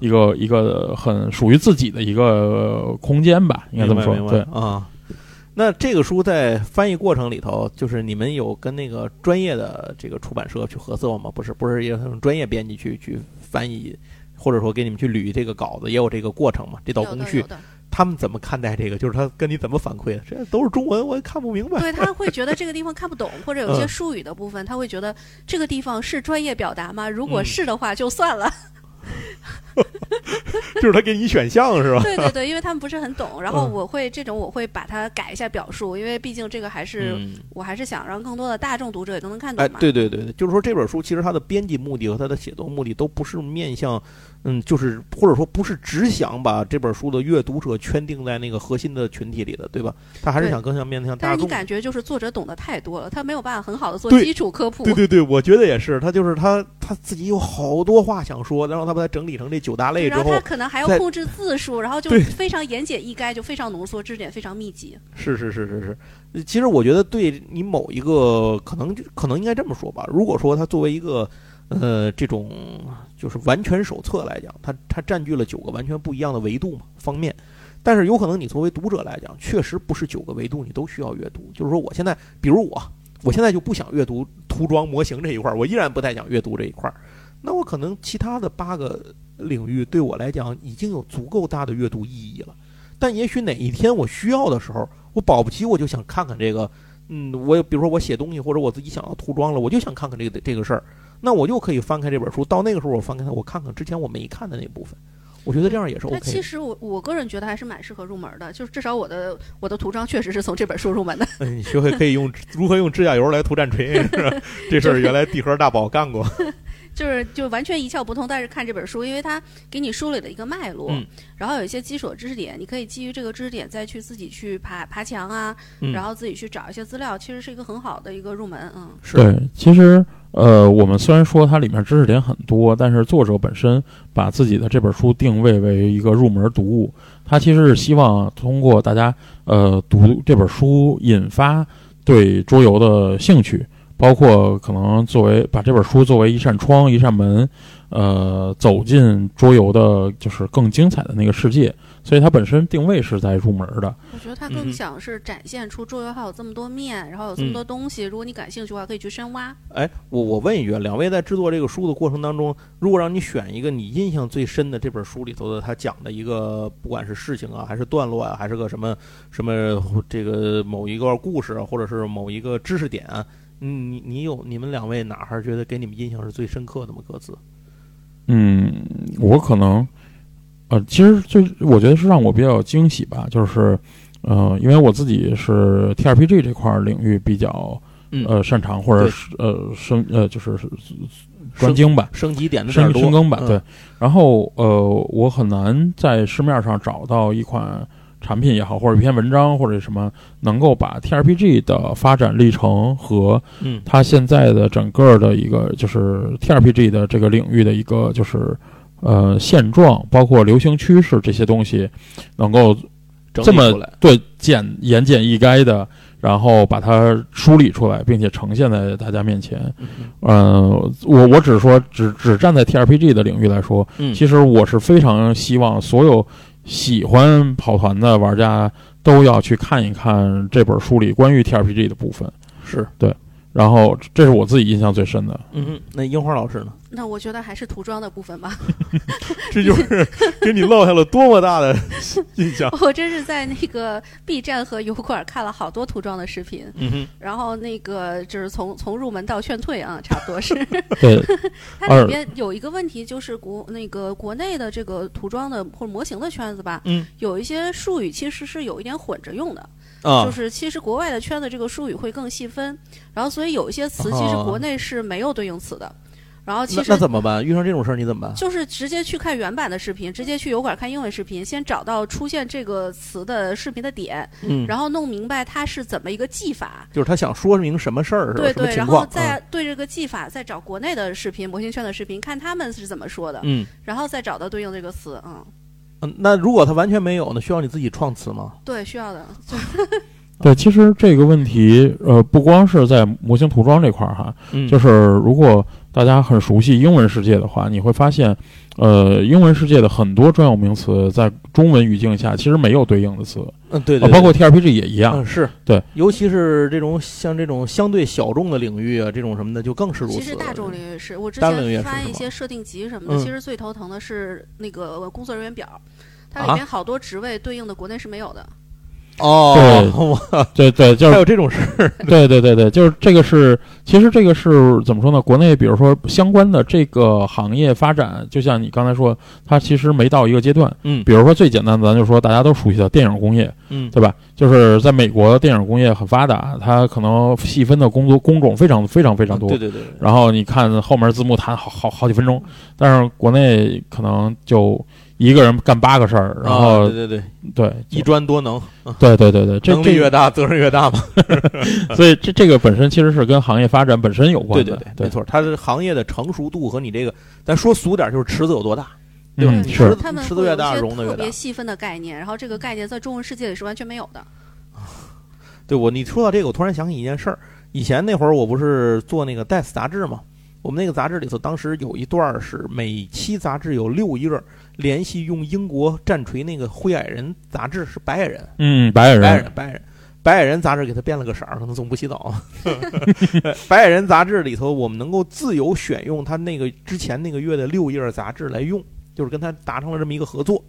Speaker 2: 一个一个很属于自己的一个空间吧，应该这么说
Speaker 1: 明。白
Speaker 2: 对
Speaker 1: 明，白啊。那这个书在翻译过程里头，就是你们有跟那个专业的这个出版社去合作吗？不是，不是也用专业编辑去去翻译，或者说给你们去捋这个稿子，也有这个过程嘛？这道
Speaker 3: 有
Speaker 1: 工
Speaker 3: 的有
Speaker 1: 序，
Speaker 3: 的，
Speaker 1: 他们怎么看待这个？就是他跟你怎么反馈的？这都是中文，我也看不明白。
Speaker 3: 对他会觉得这个地方看不懂，或者有一些
Speaker 1: 嗯
Speaker 3: 术语的部分，他会觉得这个地方是专业表达吗？如果
Speaker 1: 嗯
Speaker 3: 是的话，就 算了。
Speaker 1: 就是他给你选项是吧？
Speaker 3: 对对对，因为他们不是很懂。然后
Speaker 1: 嗯
Speaker 3: 我会这种，我会把它改一下表述，因为毕竟这个还是
Speaker 1: 嗯，
Speaker 3: 我还是想让更多的大众读者也都能看
Speaker 1: 哎，
Speaker 3: 懂嘛。
Speaker 1: 对对对对，就是说这本书其实它的编辑目的和它的写作目的都不是面向，嗯，就是或者说不是只想把这本书的阅读者圈定在那个核心的群体里的，对吧？他还是
Speaker 3: 对
Speaker 1: 想更像面向大
Speaker 3: 但是你
Speaker 1: 众。
Speaker 3: 感觉就是作者懂得太多了，他没有办法很好的做
Speaker 1: 对
Speaker 3: 基础科普。
Speaker 1: 对对对，我觉得也是，他就是他他自己有好多话想说，然后他把它整理成这九大类之
Speaker 3: 然
Speaker 1: 后
Speaker 3: 后他，可能还
Speaker 1: 再
Speaker 3: 要控制字数，然后就
Speaker 1: 对
Speaker 3: 非常言简意赅，就非常浓缩，知识点非常密集。
Speaker 1: 是是是是是。呃其实我觉得对你某一个可能就可能应该这么说吧，如果说他作为一个呃这种就是完全手册来讲，它它占据了九个完全不一样的维度嘛方面。但是有可能你作为读者来讲，确实不是九个维度你都需要阅读。就是说，我现在，比如我，我现在就不想阅读涂装模型这一块儿，我依然不太想阅读这一块儿。那我可能其他的八个领域对我来讲已经有足够大的阅读意义了。但也许哪一天我需要的时候，我保不齐我就想看看这个，嗯，我也比如说我写东西或者我自己想要涂装了，我就想看看这个这个事儿，那我就可以翻开这本书，到那个时候我翻开它，我看看之前我没看的那部分，我觉得这样也是
Speaker 3: 但
Speaker 1: OK
Speaker 3: 其
Speaker 1: 的。
Speaker 3: 实我我个人觉得还是蛮适合入门的，就是至少我的我的涂装确实是从这本书入门的。
Speaker 1: 嗯，你学会可以用如何用指甲油来涂战锤，是吧这事儿原来地核大宝干过。
Speaker 3: 就是就完全一窍不通，但是看这本书，因为它给你梳理了一个脉络，
Speaker 1: 嗯
Speaker 3: 然后有一些基础的知识点，你可以基于这个知识点再去自己去爬爬墙啊，
Speaker 1: 嗯
Speaker 3: 然后自己去找一些资料，其实是一个很好的一个入门。嗯，
Speaker 1: 是
Speaker 2: 对，其实呃，我们虽然说它里面知识点很多，但是作者本身把自己的这本书定位为一个入门读物，他其实是希望通过大家呃读这本书引发对桌游的兴趣，包括可能作为把这本书作为一扇窗、一扇门，呃，走进桌游的就是更精彩的那个世界。所以它本身定位是在入门的。
Speaker 3: 我觉得他
Speaker 1: 嗯哼
Speaker 3: 更想是展现出桌游还有这么多面，然后有这
Speaker 1: 嗯
Speaker 3: 么多东西，如果你感兴趣的话，可以去深挖。
Speaker 1: 哎，我我问一句，啊，两位在制作这个书的过程当中，如果让你选一个你印象最深的这本书里头的，他讲的一个，不管是事情啊，还是段落啊，还是个什么什么这个某一段故事啊，或者是某一个知识点啊，嗯你你有你们两位哪儿觉得给你们印象是最深刻的吗？各自？
Speaker 2: 嗯，我可能，呃，其实最我觉得是让我比较惊喜吧，就是，呃，因为我自己是 T R P G 这块儿领域比较
Speaker 1: 嗯
Speaker 2: 呃擅长，或者
Speaker 1: 对
Speaker 2: 是呃深呃就是是专精吧，
Speaker 1: 升级点的
Speaker 2: 深深耕吧，
Speaker 1: 嗯
Speaker 2: 对。然后呃，我很难在市面上找到一款产品也好，或者一篇文章或者什么，能够把 T R P G 的发展历程和
Speaker 1: 嗯
Speaker 2: 它现在的整个的一个就是 T R P G 的这个领域的一个就是呃现状，包括流行趋势这些东西，能够
Speaker 1: 整
Speaker 2: 这
Speaker 1: 理
Speaker 2: 么
Speaker 1: 出来
Speaker 2: 对简言简意赅的，然后把它梳理出来，并且呈现在大家面前。嗯，我我只说只只站在 T R P G 的领域来说，
Speaker 1: 嗯
Speaker 2: 其实我是非常希望所有喜欢跑团的玩家都要去看一看这本书里关于 T R P G 的部分。
Speaker 1: 是
Speaker 2: 然后这是我自己印象最深的。
Speaker 1: 嗯哼，那樱花老师呢？
Speaker 3: 那我觉得还是涂装的部分 吧。
Speaker 1: 这就是给你落下了多么大的印象。
Speaker 3: 我真是在那个 B 站和油管看了好多涂装的视频，
Speaker 1: 嗯哼，
Speaker 3: 然后那个就是从从入门到劝退啊，差不多是。
Speaker 2: 对，
Speaker 3: 它里边有一个问题，就是国那个国内的这个涂装的或者模型的圈子吧，
Speaker 1: 嗯
Speaker 3: 有一些术语其实是有一点混着用的，就
Speaker 1: 啊，
Speaker 3: 是其实国外的圈子这个术语会更细分，然后所以有一些词
Speaker 1: 哦
Speaker 3: 其实国内是没有对应词的，然后其
Speaker 1: 那
Speaker 3: 实
Speaker 1: 那怎么办？遇上这种事儿你怎么办？
Speaker 3: 就是直接去看原版的视频，直接去油管看英文视频，先找到出现这个词的视频的点，
Speaker 1: 嗯，
Speaker 3: 然后弄明白它是怎么一个技法。
Speaker 1: 就是他想说明什么事儿是吧？
Speaker 3: 对
Speaker 1: 什么
Speaker 3: 对，然
Speaker 1: 情
Speaker 3: 后
Speaker 1: 况？嗯
Speaker 3: 再对这个技法，再找国内的视频、模型圈的视频，看他们是怎么说的，
Speaker 1: 嗯
Speaker 3: 然后再找到对应这个词。嗯，
Speaker 1: 嗯，那如果他完全没有呢？需要你自己创词吗？
Speaker 3: 对，需要的。
Speaker 2: 对，其实这个问题，呃，不光是在模型涂装这块儿哈，
Speaker 1: 嗯
Speaker 2: 就是如果大家很熟悉英文世界的话，你会发现，呃，英文世界的很多专有名词在中文语境下其实没有对应的词，
Speaker 1: 嗯，对
Speaker 2: 啊
Speaker 1: 对，
Speaker 2: 包括 T R P G 也一
Speaker 1: 对
Speaker 2: 样。
Speaker 1: 嗯是
Speaker 2: 对，
Speaker 1: 尤其是这种像这种相对小众的领域啊，这种什么的就更是如此。
Speaker 3: 其实大众领域是我之
Speaker 1: 大众领域也
Speaker 3: 前
Speaker 1: 是
Speaker 3: 翻
Speaker 1: 是
Speaker 3: 一
Speaker 1: 吗
Speaker 3: 些设定集什么的，
Speaker 1: 嗯
Speaker 3: 其实最头疼的是那个工作人员表，它里
Speaker 1: 啊
Speaker 3: 面好多职位对应的国内是没有的。
Speaker 1: 哦，
Speaker 2: 对
Speaker 1: 我
Speaker 2: 对对，就
Speaker 1: 还
Speaker 2: 是
Speaker 1: 有这种事儿。
Speaker 2: 对对对对，就是这个是，其实这个是怎么说呢？国内比如说相关的这个行业发展，就像你刚才说，它其实没到一个阶段。
Speaker 1: 嗯
Speaker 2: 比如说最简单的，咱就说大家都熟悉的电影工业，
Speaker 1: 嗯
Speaker 2: 对吧？就是在美国，电影工业很发达，它可能细分的工作工种非常非常非常多
Speaker 1: 对。对对，对
Speaker 2: 然后你看后面字幕弹好好好几分钟，但是国内可能就一个人干八个事儿，然后、
Speaker 1: 啊对对对，
Speaker 2: 对
Speaker 1: 一专多能，
Speaker 2: 对对对对，这
Speaker 1: 能力越
Speaker 2: 这
Speaker 1: 大责任越大嘛。
Speaker 2: 所以这这个本身其实是跟行业发展本身有关
Speaker 1: 对
Speaker 2: 的，
Speaker 1: 对对，没错，它的行业的成熟度和你这个，咱说俗点儿就是池子有多大。对吧
Speaker 2: 嗯
Speaker 1: 你
Speaker 2: 是
Speaker 1: 说
Speaker 3: 他们
Speaker 1: 吃得
Speaker 3: 会有
Speaker 1: 越
Speaker 3: 一
Speaker 1: 大
Speaker 3: 些
Speaker 1: 容得越
Speaker 3: 特别
Speaker 1: 大
Speaker 3: 细分的概念，然后这个概念在中文世界里是完全没有的。
Speaker 1: 对我，你说到这个，我突然想起一件事儿。以前那会儿，我不是做那个《Death》杂志嘛，我们那个杂志里头，当时有一段儿是每期杂志有六页儿，联系用英国战锤那个灰矮人杂志是白矮人，
Speaker 2: 嗯白
Speaker 1: 白矮
Speaker 2: 人
Speaker 1: 人，白矮人。白矮人杂志给他变了个色儿，可能总不洗澡。 白矮人杂志里头，我们能够自由选用他那个之前那个月的六页杂志来用，就是跟他达成了这么一个合作。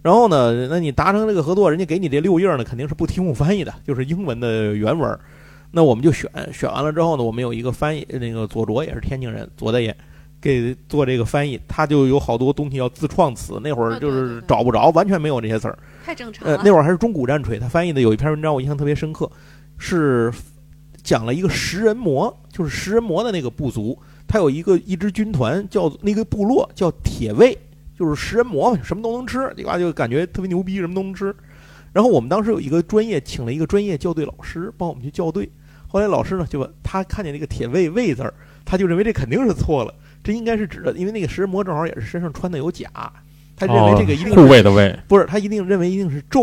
Speaker 1: 然后呢，那你达成这个合作，人家给你这六页呢，肯定是不提供翻译的，就是英文的原文儿。那我们就选选完了之后呢，我们有一个翻译，那个左卓也是天津人，左大爷给做这个翻译，他就有好多东西要自创词，那会儿
Speaker 3: 啊对
Speaker 1: 就
Speaker 3: 对
Speaker 1: 是
Speaker 3: 对对
Speaker 1: 找不着，完全没有这些词儿。
Speaker 3: 太正常
Speaker 1: 呃
Speaker 3: 了。，
Speaker 1: 那会儿还是中古战锤，他翻译的有一篇文章我印象特别深刻，是讲了一个食人魔，就是食人魔的那个部族，他有一个一支军团叫那个部落叫铁卫，就是食人魔嘛，什么都能吃，对吧？就感觉特别牛逼，什么都能吃。然后我们当时有一个专业，请了一个专业校对老师帮我们去校对。后来老师呢，就把他看见那个铁卫“卫”字儿，他就认为这肯定是错了，这应该是指的，因为那个食人魔正好也是身上穿的有甲，他认为这个一定是、
Speaker 2: 哦护卫的卫
Speaker 1: 不是，他一定认为一定是咒，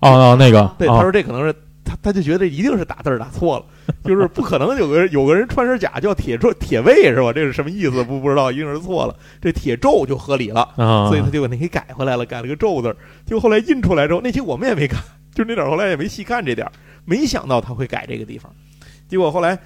Speaker 2: 哦哦那个
Speaker 1: 对，他
Speaker 2: 哦
Speaker 1: 说这可能是他他就觉得一定是打字儿打错了，就是不可能有个人有个人穿身甲叫铁咒铁卫是吧？这是什么意思？不不知道，一定是错了，这铁咒就合理了，
Speaker 2: 啊，
Speaker 1: 所以他就把那给改回来了，改了个咒字儿，结果后来印出来之后，那期我们也没看，就那点儿后来也没细看这点儿，没想到他会改这个地方，结果后来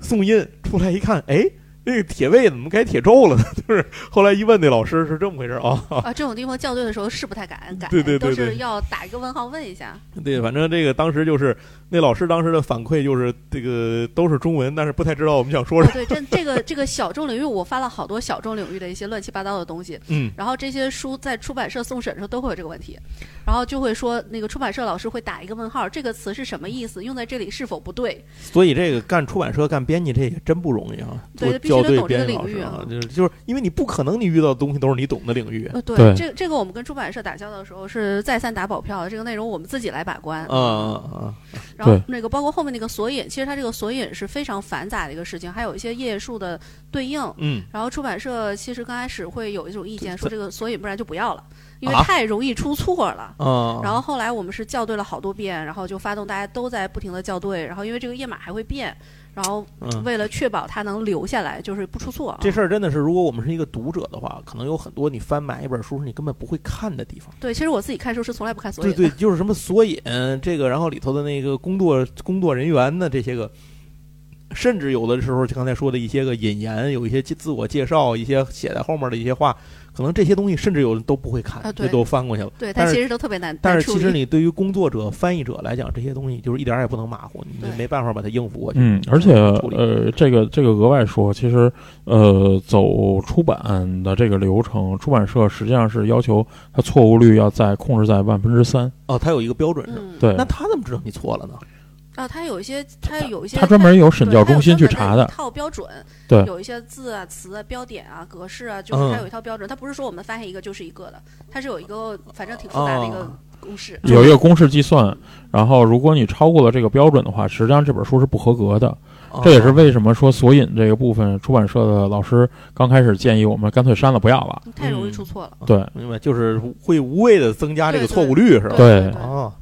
Speaker 1: 宋印出来一看，哎。那个铁卫怎么改铁咒了呢？ 就是后来一问那老师是这么回事儿啊、
Speaker 3: 啊，这种地方校对的时候是不太敢改，
Speaker 1: 对对对
Speaker 3: 都是
Speaker 1: 对
Speaker 3: 要打一个问号问一下。
Speaker 1: 对，反正这个当时就是那老师当时的反馈就是这个都是中文，但是不太知道我们想说
Speaker 3: 哦
Speaker 1: 什么。，
Speaker 3: 对，这这个这个小众领域，我翻了好多小众领域的一些乱七八糟的东西，
Speaker 1: 嗯，
Speaker 3: 然后这些书在出版社送审的时候都会有这个问题，然后就会说那个出版社老师会打一个问号，这个词是什么意思？用在这里是否不对？
Speaker 1: 所以这个干出版社、干编辑这也真不容易啊，
Speaker 3: 对
Speaker 1: 做
Speaker 3: 必须得
Speaker 1: 校对
Speaker 3: 懂这个
Speaker 1: 编辑老师
Speaker 3: 领域啊
Speaker 1: 就是就是因为你不可能你遇到的东西都是你懂的领域
Speaker 3: 呃，对，
Speaker 2: 对
Speaker 3: 这这个我们跟出版社打交道的时候是再三打保票的，这个内容我们自己来把关。
Speaker 1: 啊啊
Speaker 3: 然后
Speaker 2: 对
Speaker 3: 那个包括后面那个索引，其实它这个索引是非常繁杂的一个事情，还有一些页数的对应。
Speaker 1: 嗯，
Speaker 3: 然后出版社其实刚开始会有一种意见，说这个索引不然就不要了，因为
Speaker 1: 啊
Speaker 3: 太容易出错了。
Speaker 1: 啊，
Speaker 3: 然后后来我们是校对了好多遍，然后就发动大家都在不停的校对，然后因为这个页码还会变，然后
Speaker 1: 嗯。
Speaker 3: 为了确保它能留下来，就是不出错啊。
Speaker 1: 这事儿真的是，如果我们是一个读者的话，可能有很多你翻买一本书是你根本不会看的地方。
Speaker 3: 对，其实我自己看书是从来不看索
Speaker 1: 对
Speaker 3: 引
Speaker 1: 对，
Speaker 3: 的。
Speaker 1: 就是什么索引这个，然后里头的那个工作工作人员的这些个，甚至有的时候就刚才说的一些个引言，有一些自我介绍，一些写在后面的一些话，可能这些东西甚至有人都不会看，
Speaker 3: 啊对
Speaker 1: 就都翻过去了。
Speaker 3: 对，它
Speaker 1: 但是
Speaker 3: 其实都特别难。
Speaker 1: 但
Speaker 3: 难
Speaker 1: 是
Speaker 3: 处
Speaker 1: 其实
Speaker 3: 理
Speaker 1: 你对于工作者、翻译者来讲，这些东西就是一点儿也不能马虎，你
Speaker 3: 对
Speaker 1: 没办法把它应付过去。
Speaker 2: 嗯，而且
Speaker 1: 处理
Speaker 2: 呃，这个这个额外说，其实呃，走出版的这个流程，出版社实际上是要求它错误率要在控制在万分之三。
Speaker 1: 哦，他有一个标准是吧？
Speaker 3: 嗯，
Speaker 2: 对
Speaker 1: 那，他怎么知道你错了呢？
Speaker 3: 啊，它有一些，它有一些，
Speaker 2: 它专门有审
Speaker 3: 对
Speaker 2: 教
Speaker 3: 它有
Speaker 2: 中心
Speaker 3: 专
Speaker 2: 去
Speaker 3: 门
Speaker 2: 查
Speaker 3: 的
Speaker 2: 的
Speaker 3: 一。套标准，
Speaker 2: 对
Speaker 3: 有一些字啊、词啊、标点啊、格式啊，就是它
Speaker 1: 嗯
Speaker 3: 有一套标准，它不是说我们发现一个就是一个的，它是有一个反正挺复杂的一个
Speaker 1: 哦
Speaker 3: 公式。
Speaker 2: 有一个公式计算，然后如果你超过了这个标准的话，实际上这本书是不合格的。
Speaker 1: 哦
Speaker 2: 这也是为什么说索引这个部分，出版社的老师刚开始建议我们干脆删了，不要了。
Speaker 3: 太容易
Speaker 1: 嗯
Speaker 3: 出错了，
Speaker 2: 对，
Speaker 1: 明白，就是会无谓的增加这个
Speaker 3: 对对
Speaker 1: 错误率是吧？
Speaker 2: 对
Speaker 3: 对，
Speaker 1: 哦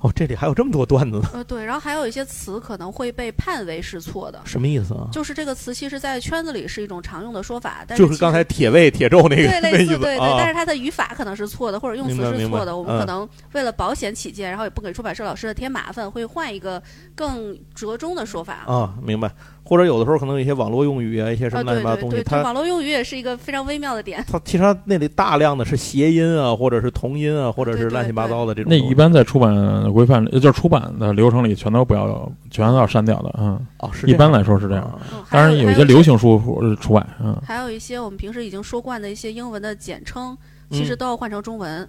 Speaker 1: 哦，这里还有这么多段子呢，
Speaker 3: 呃对，然后还有一些词可能会被判为是错的，
Speaker 1: 什么意思啊？
Speaker 3: 就是这个词其实，在圈子里是一种常用的说法，但
Speaker 1: 就是是
Speaker 3: 其
Speaker 1: 刚
Speaker 3: 实
Speaker 1: 才铁卫、铁咒那个
Speaker 3: 对
Speaker 1: 那
Speaker 3: 类
Speaker 1: 意
Speaker 3: 似
Speaker 1: 思
Speaker 3: 对对，但
Speaker 1: 啊
Speaker 3: 是它的语法可能是错的，或者用
Speaker 1: 明
Speaker 3: 词
Speaker 1: 白
Speaker 3: 是
Speaker 1: 明
Speaker 3: 错
Speaker 1: 白
Speaker 3: 的。我们可
Speaker 1: 嗯
Speaker 3: 能为了保险起见，然后也不给出版社老师的添麻烦，会换一个更折中的说法。
Speaker 1: 啊，明白。或者有的时候可能有一些网络用语啊，一些什么
Speaker 3: 啊，
Speaker 1: 乱
Speaker 3: 对
Speaker 1: 七八糟
Speaker 3: 对
Speaker 1: 东西，
Speaker 3: 对，就
Speaker 1: 它
Speaker 3: 网络用语也是一个非常微妙的点。
Speaker 1: 它其实它那里大量的是谐音啊，或者是同音啊，或者
Speaker 3: 对
Speaker 1: 是
Speaker 3: 对
Speaker 1: 乱七八
Speaker 3: 对
Speaker 1: 糟的这种
Speaker 2: 那
Speaker 1: 东西。
Speaker 2: 一般在出版的规范，呃就是出版的流程里，全都不要，全都要删掉的。嗯，
Speaker 1: 哦，是
Speaker 2: 一般
Speaker 1: 来
Speaker 2: 来说是这样。
Speaker 3: 嗯，还
Speaker 2: 当然，
Speaker 3: 有
Speaker 2: 有一些流，行书呃除外。 嗯，
Speaker 3: 还有一些我们平时已经说惯的一些英文的简称，其实
Speaker 1: 嗯
Speaker 3: 都要换成中文。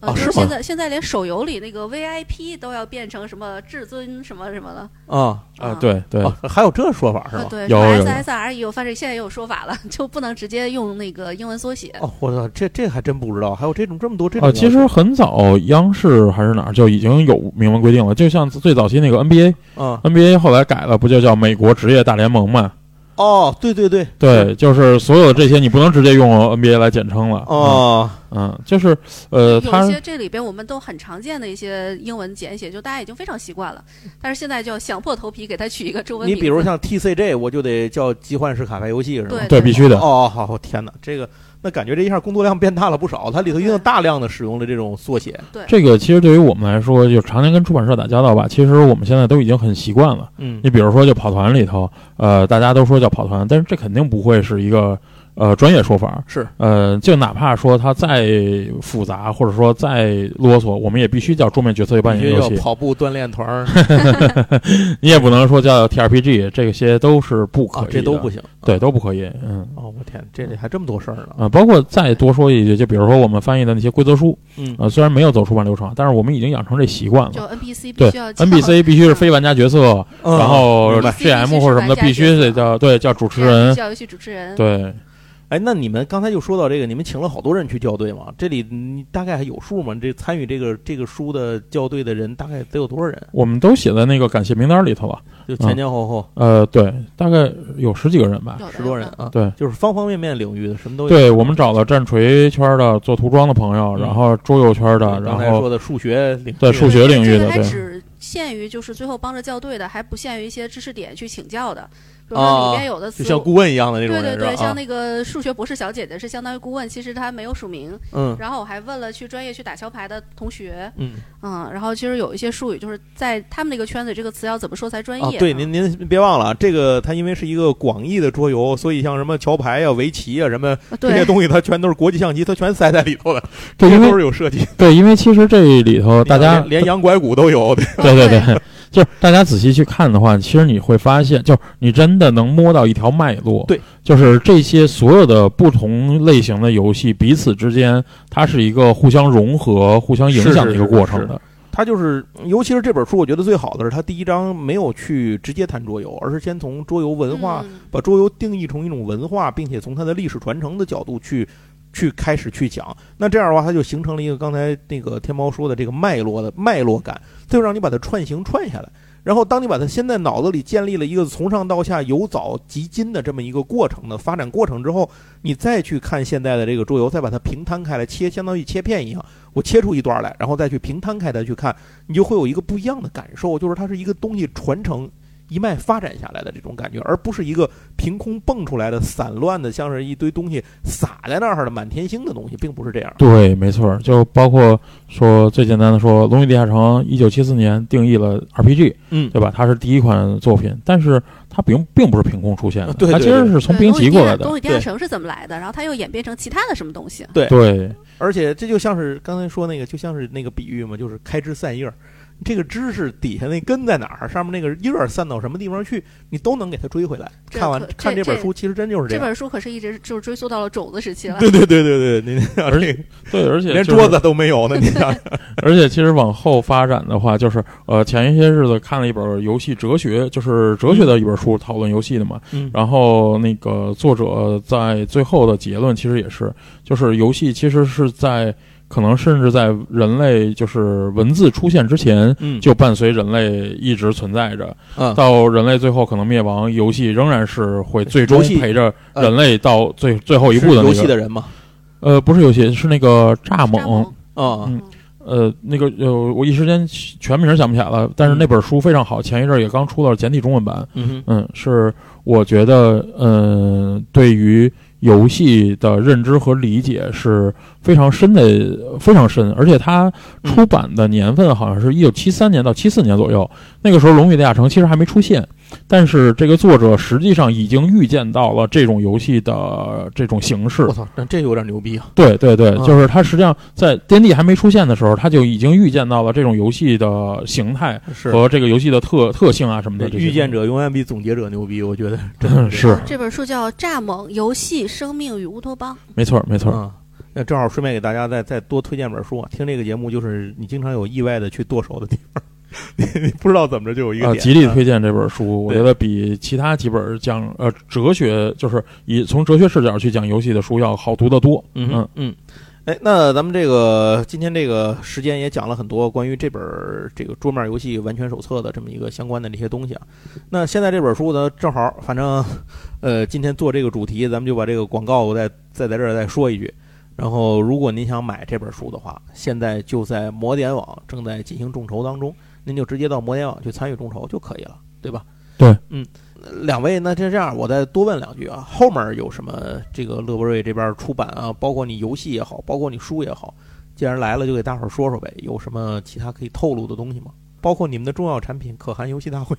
Speaker 3: 呃，
Speaker 1: 啊
Speaker 3: 就
Speaker 1: 吗
Speaker 3: 是是现在现在连手游里那个 VIP 都要变成什么至尊什么什么了。
Speaker 1: 啊
Speaker 3: 啊
Speaker 2: 对对
Speaker 1: 啊，还有这说法是
Speaker 3: 啊
Speaker 1: 吧，？
Speaker 3: 对，什
Speaker 2: 有
Speaker 3: 么
Speaker 2: 有有
Speaker 3: SSR 也有，反正现在也有说法了， 就不能直接用那个英文缩写。
Speaker 1: 哦，我操，这这还真不知道，还有这种这么多这种要
Speaker 2: 啊，其实很早，央视还是哪儿就已经有明文规定了。就像最早期那个 NBA，NBA
Speaker 1: 求啊，
Speaker 2: 后来改了，不就叫美国职业大联盟嘛？
Speaker 1: 哦，对对对，
Speaker 2: 对，就是所有的这些，你不能直接用 NBA 来简称了。
Speaker 1: 哦，
Speaker 2: 嗯，嗯，就是呃，
Speaker 3: 有
Speaker 2: 它
Speaker 3: 一些这里边我们都很常见的一些英文简写，就大家已经非常习惯了，但是现在就要想破头皮给它取一个中文
Speaker 1: 你
Speaker 3: 名字。
Speaker 1: 比如像 TCG，我就得叫集幻式卡牌游戏是吧？
Speaker 3: 对
Speaker 2: 对必须的。
Speaker 1: 哦，好，我天哪，这个那感觉这一下工作量变大了不少，它里头一定大量的使用了这种缩写，
Speaker 2: 这个其实对于我们来说，就常年跟出版社打交道吧，其实我们现在都已经很习惯了。
Speaker 1: 嗯
Speaker 2: 你比如说，就跑团里头，呃，大家都说叫跑团，但是这肯定不会是一个呃专业说法，
Speaker 1: 是
Speaker 2: 呃，就哪怕说它再复杂，或者说再啰嗦，我们也必须叫桌面角色扮演
Speaker 1: 必须
Speaker 2: 游
Speaker 1: 要
Speaker 2: 戏，
Speaker 1: 跑步锻炼团儿
Speaker 2: 你也不能说叫 TRPG，这些都是不 可以
Speaker 1: 啊
Speaker 2: 的，，
Speaker 1: 这都不行。
Speaker 2: 对，都不可以，嗯。
Speaker 1: 哦，我天，这里还这么多事儿呢。
Speaker 2: 啊、包括再多说一句，就比如说我们翻译的那些规则书，
Speaker 1: 嗯
Speaker 2: 啊、虽然没有走出版流程，但是我们已经养成这习惯
Speaker 3: 就
Speaker 2: 了。
Speaker 3: NPC 必
Speaker 2: 对
Speaker 3: 须要叫
Speaker 2: ，NPC 必须是非玩家角色，然后
Speaker 1: 嗯明白
Speaker 2: GM 或者什么的必须得叫对叫主持
Speaker 3: 这样
Speaker 2: 人，
Speaker 3: 叫游戏主持人。
Speaker 2: 对
Speaker 1: 哎，那你们刚才就说到这个，你们请了好多人去校对嘛？这里你大概还有数吗？这参与这个这个书的校对的人大概得有多少人？
Speaker 2: 我们都写在那个感谢名单里头了。
Speaker 1: 就前前后后
Speaker 2: 呃，对，大概有十几个人吧。
Speaker 3: 有的
Speaker 1: 十多人
Speaker 3: 有的
Speaker 1: 啊，
Speaker 2: 对，
Speaker 1: 就是方方面面领域的什么都有。
Speaker 2: 对我们找了战锤圈的做涂装的朋友，
Speaker 1: 嗯
Speaker 2: 然后桌游圈的，
Speaker 1: 刚
Speaker 2: 啊然
Speaker 1: 才
Speaker 2: 后
Speaker 1: 说的数学领域，
Speaker 2: 对数学领域
Speaker 3: 这
Speaker 2: 的
Speaker 3: 个，还
Speaker 2: 对
Speaker 3: 只限于就是最后帮着校对的，还不限于一些知识点去请教的，比如
Speaker 1: 啊
Speaker 3: 说里面有的词
Speaker 1: 就，像顾问一样的那种
Speaker 3: 对
Speaker 1: 人
Speaker 3: 对对，
Speaker 1: 是吧？
Speaker 3: 像
Speaker 1: 啊
Speaker 3: 那个数学博士小姐姐是相当于顾问，其实她没有署名。
Speaker 1: 嗯
Speaker 3: 然后我还问了去专业去打桥牌的同学，
Speaker 1: 嗯
Speaker 3: 嗯，然后其实有一些术语就是在他们那个圈子里，这个词要怎么说才专业、
Speaker 1: 啊，对，您您别忘了啊，这个它因为是一个广义的桌游，所以像什么桥牌呀、围棋呀、什么
Speaker 3: 啊
Speaker 1: 这些
Speaker 3: 对
Speaker 1: 东西，它全都是国际象棋，它全塞在里头 的，这
Speaker 2: 对，
Speaker 1: 些
Speaker 2: 因
Speaker 1: 都
Speaker 2: 为
Speaker 1: 是有设计的。
Speaker 2: 对，因为其实这里头大家
Speaker 1: 连连羊拐骨都有，对
Speaker 2: 对对
Speaker 3: 对
Speaker 2: 对， 就是大家仔细去看的话，其实你会发现，就是你真的能摸到一条脉络。
Speaker 1: 对，
Speaker 2: 就是这些所有的不同类型的游戏彼此之间，它是一个互相融合、互相影响的一个过程的。
Speaker 1: 它就是，尤其是这本书，我觉得最好的是它第一章没有去直接谈桌游，而是先从桌游文化
Speaker 3: 嗯
Speaker 1: 把桌游定义成一种文化，并且从它的历史传承的角度去去开始去讲。那这样的话，它就形成了一个刚才那个天猫说的这个脉络的脉络感，它就让你把它串行串下来。然后，当你把它先在脑子里建立了一个从上到下、由早及今的这么一个过程的发展过程之后，你再去看现在的这个桌游，再把它平摊开来切，相当于切片一样，我切出一段来，然后再去平摊开它去看，你就会有一个不一样的感受，就是它是一个东西传承一脉发展下来的这种感觉，而不是一个凭空蹦出来的散乱的，像是一堆东西撒在那儿的满天星的东西，并不是这样。
Speaker 2: 对，没错儿，就包括说最简单的说，《龙与地下城》一九七四年定义了 RPG，
Speaker 1: 嗯，
Speaker 2: 对吧？它是第一款作品，但是它并并不是凭空出现 的，
Speaker 1: 对
Speaker 2: 它
Speaker 1: 对
Speaker 2: 其实
Speaker 1: 对
Speaker 2: 是从
Speaker 3: 对
Speaker 2: 兵
Speaker 3: 东
Speaker 2: 棋
Speaker 3: 西地
Speaker 2: 过
Speaker 3: 下
Speaker 2: 来的
Speaker 3: 东。西地下
Speaker 1: 对
Speaker 3: 城是怎么来的？然后它又演变成其他的什么东西？
Speaker 2: 对，
Speaker 1: 而且这就像是刚才说那个，就像是那个比喻嘛，就是开枝散叶儿。这个知识底下那根在哪儿，上面那个叶儿散到什么地方去，你都能给它追回来。
Speaker 3: 这
Speaker 1: 看完
Speaker 3: 可
Speaker 1: 看
Speaker 3: 这
Speaker 1: 本
Speaker 3: 这
Speaker 1: 书，其实真就是
Speaker 3: 这
Speaker 1: 样。
Speaker 3: 本书可是一直就是追溯到了种子时期了。
Speaker 1: 对对对对对，您想这个
Speaker 2: 对， 而且
Speaker 1: 连
Speaker 2: 就是
Speaker 1: 桌子都没有 呢，你想
Speaker 2: 而且其实往后发展的话，就是呃，前一些日子看了一本游戏哲学，就是哲学的一本书，讨论游戏的嘛。
Speaker 1: 嗯
Speaker 2: 然后那个作者在最后的结论其实也是，就是游戏其实是在可能甚至在人类就是文字出现之前。
Speaker 1: 嗯
Speaker 2: 就伴随人类一直存在着，
Speaker 1: 嗯
Speaker 2: 到人类最后可能灭亡，游戏仍然是会最终
Speaker 1: 游戏呃
Speaker 2: 陪着人类到最最后一步
Speaker 1: 是
Speaker 2: 的那
Speaker 1: 游戏
Speaker 2: 个。
Speaker 1: 的人嘛
Speaker 2: 呃，不是游戏，是那个蚱
Speaker 3: 扎
Speaker 2: 蜢，
Speaker 3: 猛，
Speaker 1: 啊
Speaker 2: 嗯呃，那个呃，我一时间全名想不起来了，
Speaker 1: 嗯
Speaker 2: 但是那本书非常好，前一阵儿也刚出了简体中文版。
Speaker 1: 嗯哼
Speaker 2: 嗯，是我觉得，嗯、对于游戏的认知和理解是非常深的，非常深。而且它
Speaker 1: 嗯
Speaker 2: 出版的年份好像是一九七三年到七四年左右，那个时候《龙与地下城》其实还没出现，但是这个作者实际上已经预见到了这种游戏的这种形式
Speaker 1: 我。操，那这有点牛逼啊！
Speaker 2: 对对对，
Speaker 1: 啊
Speaker 2: 就是他实际上在 D N D 还没出现的时候，他就已经预见到了这种游戏的形态
Speaker 1: 是
Speaker 2: 和这个游戏的特特性啊什么的这些。
Speaker 1: 预见者永远比总结者牛逼，我觉 得真的
Speaker 2: 嗯
Speaker 1: 这样
Speaker 2: 是
Speaker 3: 这本书叫《蚱蜢：游戏、生命与乌托邦》。
Speaker 2: 没错没错，
Speaker 1: 嗯，那正好顺便给大家再再多推荐本书啊。听这个节目，就是你经常有意外的去剁手的地方， 你你不知道怎么着就有一个
Speaker 2: 啊，
Speaker 1: 点。
Speaker 2: 极力推荐这本书，我
Speaker 1: 对
Speaker 2: 觉得比其他几本讲呃哲学，就是以从哲学视角去讲游戏的书要好读得多。
Speaker 1: 嗯哼嗯。哎，那咱们这个今天这个时间也讲了很多关于这本儿这个桌面游戏完全手册的这么一个相关的这些东西啊。那现在这本书呢，正好反正呃，今天做这个主题，咱们就把这个广告我再再在这儿再说一句。然后，如果您想买这本书的话，现在就在魔点网正在进行众筹当中，您就直接到魔点网去参与众筹就可以了，对吧？
Speaker 2: 对，
Speaker 1: 嗯，两位，那这这样，我再多问两句啊，后面有什么这个乐博瑞这边出版啊，包括你游戏也好，包括你书也好，既然来了，就给大伙儿说说呗，有什么其他可以透露的东西吗？包括你们的重要产品可汗游戏 大会，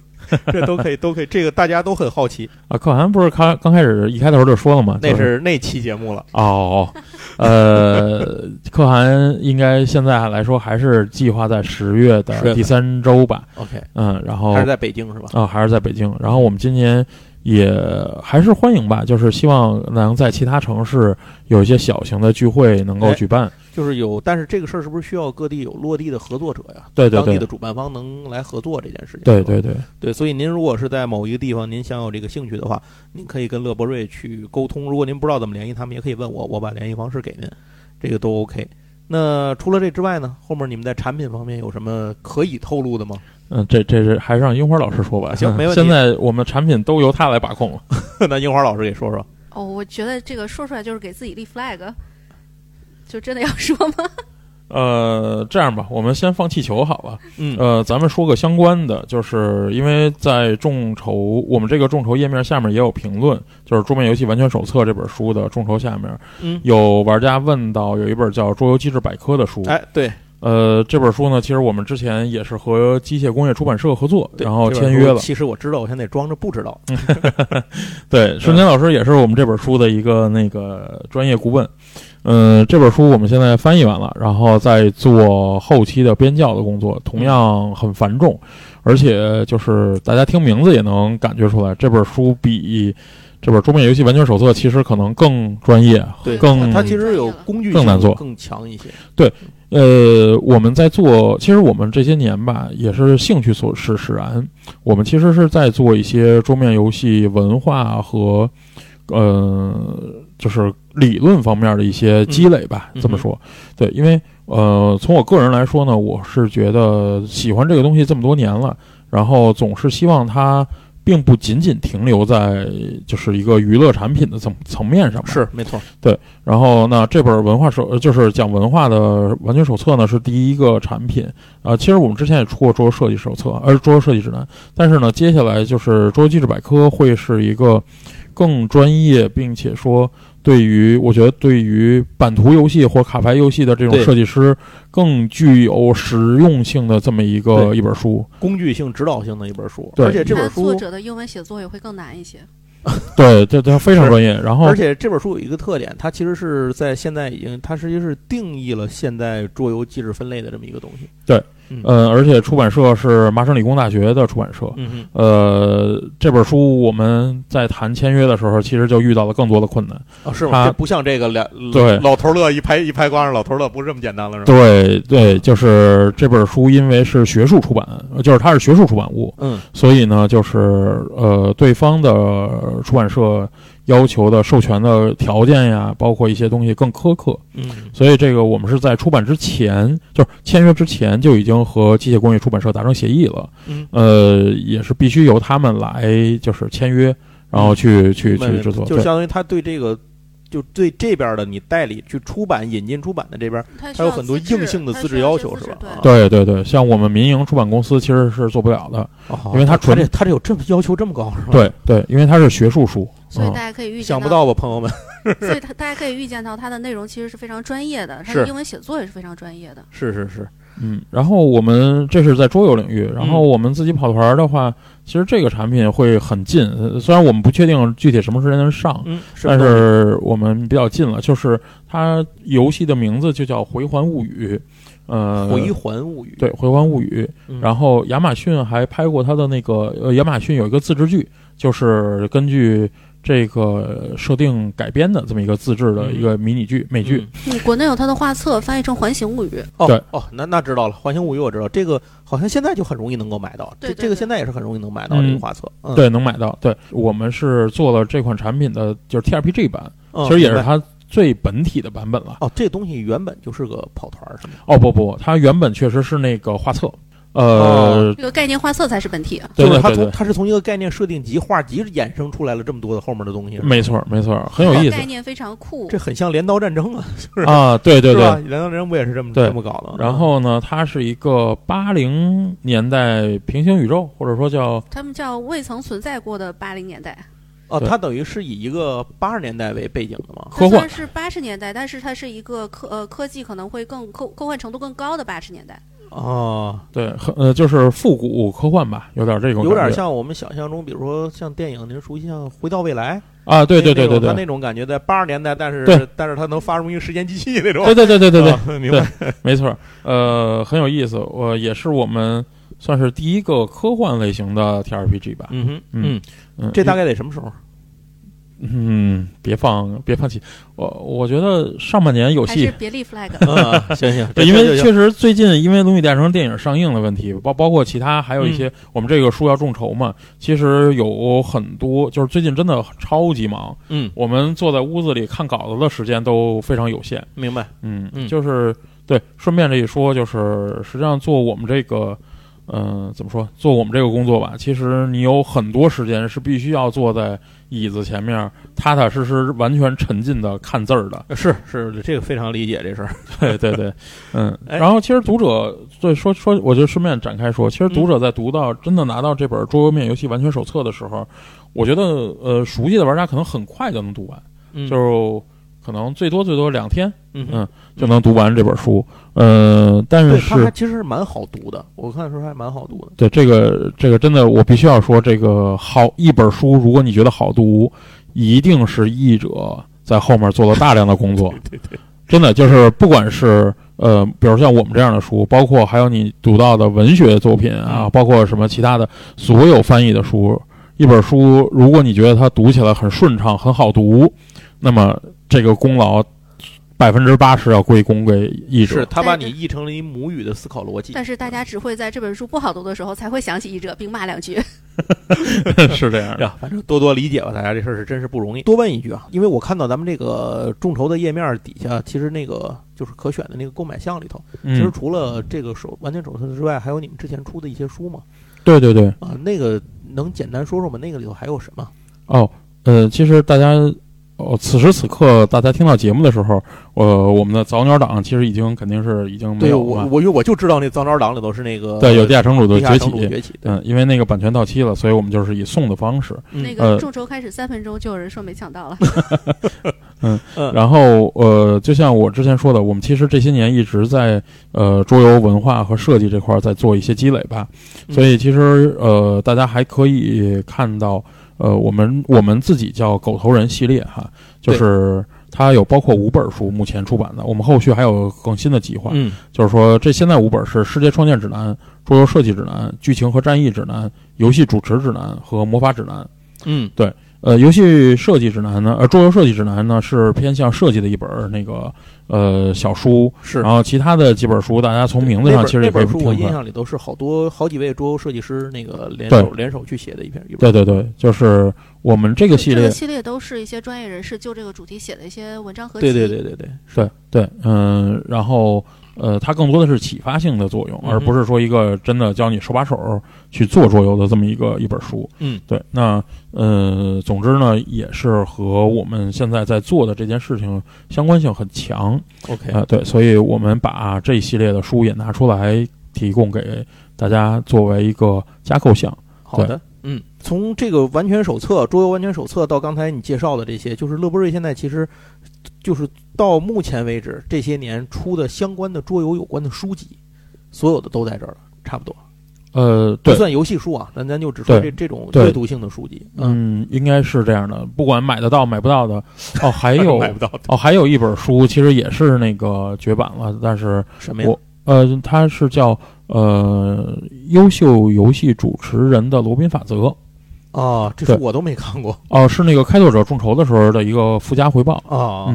Speaker 1: 这都可以，都可以，这个大家都很好奇。
Speaker 2: 啊，可汗不是刚刚开始一开头就说了嘛，
Speaker 1: 那
Speaker 2: 就是
Speaker 1: 那期节目了，
Speaker 2: 哦，呃，可汗应该现在来说还是计划在十月
Speaker 1: 10月
Speaker 2: 的
Speaker 1: 份
Speaker 2: 第三周吧，
Speaker 1: ，OK，
Speaker 2: 嗯，然后
Speaker 1: 还是在北京是吧？
Speaker 2: 啊，还是在北京。然后我们今年也还是欢迎吧，就是希望能在其他城市有一些小型的聚会能够
Speaker 1: 哎
Speaker 2: 举办。
Speaker 1: 就是有，但是这个事儿是不是需要各地有落地的合作者呀？
Speaker 2: 对对
Speaker 1: 当地
Speaker 2: 对
Speaker 1: 的主办方能来合作这件事情。
Speaker 2: 对
Speaker 1: 是吧
Speaker 2: 对对，
Speaker 1: 对，所以您如果是在某一个地方，您想有这个兴趣的话，您可以跟乐博瑞去沟通。如果您不知道怎么联系他们，也可以问我，我把联系方式给您，这个都 OK。那除了这之外呢，后面你们在产品方面有什么可以透露的吗？
Speaker 2: 嗯，这这是还是让樱花老师说吧。嗯
Speaker 1: 行没问题
Speaker 2: 现在我们产品都由他来把控了。
Speaker 1: 那樱花老师给说说。
Speaker 3: 哦，我觉得这个说出来就是给自己立 flag，就真的要说吗？
Speaker 2: 呃，这样吧，我们先放气球好了。
Speaker 1: 嗯，
Speaker 2: 呃，咱们说个相关的，就是因为在众筹，我们这个众筹页面下面也有评论，就是《桌面游戏完全手册》这本书的众筹下面
Speaker 1: 嗯
Speaker 2: 有玩家问到有一本叫《桌游机制百科》的书，
Speaker 1: 哎，对，
Speaker 2: 呃，这本书呢，其实我们之前也是和机械工业出版社合作，
Speaker 1: 对
Speaker 2: 然后
Speaker 1: 这本
Speaker 2: 签
Speaker 1: 书
Speaker 2: 约了。
Speaker 1: 其实我知道，我现在得装着不知道。
Speaker 2: 对，瞬间老师也是我们这本书的一个那个专业顾问。嗯，这本书我们现在翻译完了，然后在做后期的编校的工作，同样很繁重，而且就是大家听名字也能感觉出来，这本书比这本《桌面游戏完全手册》其实可能更专业，
Speaker 1: 对，
Speaker 2: 更
Speaker 1: 它其实有工具
Speaker 2: 嗯更难做
Speaker 1: 性更强一些。
Speaker 2: 呃，我们在做，其实我们这些年吧，也是兴趣所使使然，我们其实是在做一些桌面游戏文化和，呃，就是理论方面的一些积累吧，
Speaker 1: 嗯
Speaker 2: 这么说，对，因为呃，从我个人来说呢，我是觉得喜欢这个东西这么多年了，然后总是希望它。并不仅仅停留在就是一个娱乐产品的层层面上吧，
Speaker 1: 是，没错。
Speaker 2: 然后那这本文化手呃就是讲文化的完全手册呢，是第一个产品啊、呃其实我们之前也出过桌游设计手册，呃，桌游设计指南。但是呢，接下来就是桌游机制百科会是一个更专业，并且说对于我觉得对于版图游戏或卡牌游戏的这种
Speaker 1: 对
Speaker 2: 设计师更具有实用性的这么一个
Speaker 1: 对
Speaker 2: 一本书。
Speaker 1: 工具性、指导性的一本书，
Speaker 2: 对
Speaker 1: 而 且这
Speaker 3: 那
Speaker 1: 本
Speaker 3: 作
Speaker 1: 书，
Speaker 3: 者的英文写作也会更难一些。
Speaker 2: 对，这这非常
Speaker 1: 是
Speaker 2: 专业。然后
Speaker 1: 而且这本书有一个特点，它其实是在现在已经，它实际是定义了现代桌游机制分类的这么一个东西。
Speaker 2: 对，
Speaker 1: 嗯
Speaker 2: 呃，而且出版社是麻省理工大学的出版社。
Speaker 1: 嗯哼，
Speaker 2: 呃，这本书我们在谈签约的时候，其实就遇到了更多的困难。
Speaker 1: 哦，是
Speaker 2: 它
Speaker 1: 吗？这不像这个两
Speaker 2: 对
Speaker 1: 老头乐一拍一拍瓜上，老头乐不是这么简单了，是吧？
Speaker 2: 对对，就是这本书因为是学术出版，呃就是它是学术出版物，
Speaker 1: 嗯，
Speaker 2: 所以呢，就是呃，对方的出版社要求的授权的条件呀，包括一些东西更苛刻。
Speaker 1: 嗯，
Speaker 2: 所以这个我们是在出版之前，就是签约之前就已经和机械工业出版社达成协议了。
Speaker 1: 嗯，
Speaker 2: 呃，也是必须由他们来就是签约，然后去去
Speaker 1: 没有没
Speaker 2: 去
Speaker 1: 有
Speaker 2: 制作。
Speaker 1: 就
Speaker 2: 对
Speaker 1: 相当于他对这个，就对这边的你代理去出版、引进出版的这边，
Speaker 3: 它
Speaker 1: 它有很多硬性的资质要求，是吧？啊
Speaker 3: 对，
Speaker 2: 对对对，像我们民营出版公司其实是做不了的。
Speaker 1: 哦
Speaker 2: 因为它纯
Speaker 1: 这它这有这么要求这么高，是吧？，
Speaker 2: 对对，因为它是学术书。
Speaker 3: 所以
Speaker 2: 嗯
Speaker 3: 大家可以预见
Speaker 1: 想不
Speaker 3: 到，
Speaker 1: 到吧，朋友们？
Speaker 3: 所以它大家可以预见到它的内容其实是非常专业的，它
Speaker 1: 是
Speaker 3: 的英文写作也是非常专业的。
Speaker 1: 是是是，
Speaker 2: 嗯，然后我们这是在桌游领域，然后
Speaker 1: 嗯
Speaker 2: 我们自己跑团儿的话，其实这个产品会很近，呃虽然我们不确定具体什么时间能上，
Speaker 1: 嗯，
Speaker 2: 但是我们比较近了。就是它游戏的名字就叫《回环物语》，呃，
Speaker 1: 回环物语，
Speaker 2: 对《回环物语》
Speaker 1: 嗯，
Speaker 2: 然后亚马逊还拍过它的那个，呃，亚马逊有一个自制剧，就是根据这个设定改编的这么一个自制的一个迷你剧、美剧。
Speaker 1: 嗯
Speaker 3: 嗯，国内有它的画册，翻译成《环形物语》。
Speaker 1: 哦
Speaker 2: 对
Speaker 1: 哦，那那知道了，《环形物语》我知道，这个好像现在就很容易能够买到，
Speaker 3: 对对
Speaker 1: 这这个
Speaker 3: 对
Speaker 1: 现在也是很容易能买到
Speaker 2: 嗯
Speaker 1: 这个画册，嗯，
Speaker 2: 对，能买到。对我们是做了这款产品的，就是 TRPG 版，
Speaker 1: 嗯，
Speaker 2: 其实也
Speaker 1: 明
Speaker 2: 是
Speaker 1: 白
Speaker 2: 它最本体的版本了。
Speaker 1: 哦，这东西原本就是个跑团儿，是吗？
Speaker 2: 哦，不不，它原本确实是那个画册，呃，
Speaker 1: 哦
Speaker 3: 这个概念画册才是本体啊。
Speaker 2: 对
Speaker 1: 就
Speaker 2: 对
Speaker 1: 是它
Speaker 2: 对对
Speaker 1: 从，它是从一个概念设定集、画集衍生出来了这么多的后面的东西，是吧
Speaker 2: 没错没错，很有意思
Speaker 3: 概念非常酷
Speaker 1: 这。很像镰刀战争啊，是
Speaker 2: 啊，对对
Speaker 1: 是
Speaker 2: 对
Speaker 1: 吧？。镰刀战争不也是这么
Speaker 2: 对
Speaker 1: 这么搞的？
Speaker 2: 然后呢，它是一个八零年代平行宇宙，或者说叫
Speaker 3: 他们叫未曾存在过的八零年代，
Speaker 1: 哦，
Speaker 2: 对
Speaker 1: 它等于是以一个八十年代为背景的嘛？
Speaker 2: 科
Speaker 3: 它虽
Speaker 2: 幻
Speaker 3: 然，是八十年代，但是它是一个科呃科技可能会更科科幻程度更高的八十年代。
Speaker 1: 哦，
Speaker 2: 对，很呃，就是复古科幻吧，有点这种感觉，
Speaker 1: 有点像我们想象中，比如说像电影，您熟悉像《回到未来》
Speaker 2: 啊，对对
Speaker 1: 那那
Speaker 2: 对对
Speaker 1: 种它
Speaker 2: 对，
Speaker 1: 那种感觉，在八十年代，但是
Speaker 2: 对
Speaker 1: 但是它能发明一个时间机器那种，啊
Speaker 2: 对对对对对对，
Speaker 1: 对，明白。
Speaker 2: 没错，呃，很有意思，我也是我们算是第一个科幻类型的 TRPG 吧。
Speaker 1: 嗯哼，
Speaker 2: 嗯
Speaker 1: 嗯，
Speaker 2: 嗯，
Speaker 1: 这大概得什么 时候？
Speaker 2: 嗯，别放别放弃。我我觉得上半年有
Speaker 3: 还是
Speaker 2: 戏，
Speaker 3: 别 立 flag 了。
Speaker 1: 啊，行行，
Speaker 2: 对因为
Speaker 1: 确
Speaker 2: 确实最近因为《龙与地下城》电影上映的问题，包包括其他还有一些、我们这个书要众筹嘛，其实有很多就是最近真的超级忙，
Speaker 1: 嗯，
Speaker 2: 我们坐在屋子里看稿子的时间都非常有限。
Speaker 1: 明白，
Speaker 2: 嗯，
Speaker 1: 嗯
Speaker 2: 就是对，顺便这一说，就是实际上做我们这个，嗯、怎么说，做我们这个工作吧，其实你有很多时间是必须要坐在椅子前面，踏踏实实、完全沉浸的看字儿的。
Speaker 1: 是是，这个非常理解这事儿。
Speaker 2: 对对对，嗯。
Speaker 1: 哎
Speaker 2: 然后其实读者对说说，我就顺便展开说，其实
Speaker 1: 嗯
Speaker 2: 读者在读到、真的拿到这本桌游面游戏完全手册的时候，我觉得呃，熟悉的玩家可能很快就能读完，
Speaker 1: 嗯
Speaker 2: 就可能最多最多两天。
Speaker 1: 嗯
Speaker 2: 嗯就能读完这本书。呃，但是
Speaker 1: 对，它还
Speaker 2: 是
Speaker 1: 其实蛮好读的，我看的时候还蛮好读的。
Speaker 2: 对这个这个真的，我必须要说，这个好一本书，如果你觉得好读，一定是译者在后面做了大量的工作。
Speaker 1: 对对，
Speaker 2: 真的就是，不管是呃，比如像我们这样的书，包括还有你读到的文学作品啊，
Speaker 1: 嗯
Speaker 2: 包括什么其他的所有翻译的书，一本书，如果你觉得它读起来很顺畅、很好读，那么这个功劳百分之八十要归功给译者。
Speaker 1: 是他把
Speaker 3: 对
Speaker 1: 你译成了一母语的思考逻辑。
Speaker 3: 但是大家只会在这本书不好读的时候才会想起译者并骂两句。
Speaker 2: 是这样的，
Speaker 1: 呀，反正多多理解吧，大家这事儿是真是不容易。多问一句啊，因为我看到咱们这个众筹的页面底下，其实那个就是可选的那个购买项里头，
Speaker 2: 嗯
Speaker 1: 其实除了这个手完全手册之外，还有你们之前出的一些书嘛
Speaker 2: 对对对，
Speaker 1: 啊，那个能简单说说吗？那个里头还有什么？
Speaker 2: 哦，呃，其实大家，哦，此时此刻大家听到节目的时候，呃，我们的早鸟党其实已经肯定是已经没
Speaker 1: 对
Speaker 2: 有
Speaker 1: 我
Speaker 2: 了，
Speaker 1: 我因为我就知道那脏招党里头是那个
Speaker 2: 对，有地下城主的
Speaker 1: 地下
Speaker 2: 崛
Speaker 1: 城主
Speaker 2: 起，
Speaker 1: 崛起，对
Speaker 2: 嗯，因为那个版权到期了，所以我们就是以送的方式，
Speaker 1: 嗯
Speaker 3: 那
Speaker 2: 呃
Speaker 3: 个众筹开始三分钟就有人说没抢到了，
Speaker 1: 嗯
Speaker 2: 然后呃，就像我之前说的，我们其实这些年一直在呃桌游文化和设计这块儿在做一些积累吧，
Speaker 1: 嗯
Speaker 2: 所以其实呃大家还可以看到呃我们我们自己叫狗头人系列哈，就
Speaker 1: 对
Speaker 2: 是它有包括五本书目前出版的，我们后续还有更新的计划，
Speaker 1: 嗯
Speaker 2: 就是说这现在五本是《世界创建指南》《桌游设计指南》《剧情和战役指南》《游戏主持指南》和《魔法指南》。
Speaker 1: 嗯
Speaker 2: 呃，游戏设计指南呢，呃，桌游设计指南呢是偏向设计的一本儿那个呃小书，
Speaker 1: 是
Speaker 2: 然。后其他的几本书，大家从名字上
Speaker 1: 那
Speaker 2: 其实
Speaker 1: 本
Speaker 2: 也
Speaker 1: 那
Speaker 2: 可以
Speaker 1: 本书
Speaker 2: 听啊
Speaker 1: 我印
Speaker 2: 出来。
Speaker 1: 象里头是好多好几位桌游设计师那个联
Speaker 2: 对
Speaker 1: 手联手去写的一篇一本
Speaker 2: 对对对，就是我们这个系
Speaker 3: 这
Speaker 2: 列
Speaker 3: 个，系列都是一些专业人士就这个主题写的一些文章合集。
Speaker 1: 对对对对对，
Speaker 2: 对对，嗯、然后呃，它更多的是启发性的作用，
Speaker 1: 嗯哼
Speaker 2: 而不是说一个真的教你手把手儿去做桌游的这么一个一本书。
Speaker 1: 嗯，
Speaker 2: 对，那呃，总之呢，也是和我们现在在做的这件事情相关性很强。
Speaker 1: OK，
Speaker 2: 啊、对，所以我们把这一系列的书也拿出来提供给大家作为一个加购项。
Speaker 1: 好的，嗯，从这个完全手册、桌游完全手册到刚才你介绍的这些，就是乐博瑞现在其实就是到目前为止这些年出的相关的桌游有关的书籍，所有的都在这儿了，差不多
Speaker 2: 呃，
Speaker 1: 不
Speaker 2: 对，
Speaker 1: 算游戏书啊，咱咱就只说这这种
Speaker 2: 对
Speaker 1: 阅读性的书籍，嗯，
Speaker 2: 嗯，应该是这样的，不管买得到买不到的，哦，还 有
Speaker 1: 买不到
Speaker 2: 哦，还有一本书其实也是那个绝版了，但是
Speaker 1: 什么呀
Speaker 2: 我？呃，它是叫呃《优秀游戏主持人的罗宾法则》
Speaker 1: 啊，这
Speaker 2: 对
Speaker 1: 书我都没看过
Speaker 2: 哦、是那个开拓者众筹的时候的一个附加回报。
Speaker 1: 啊，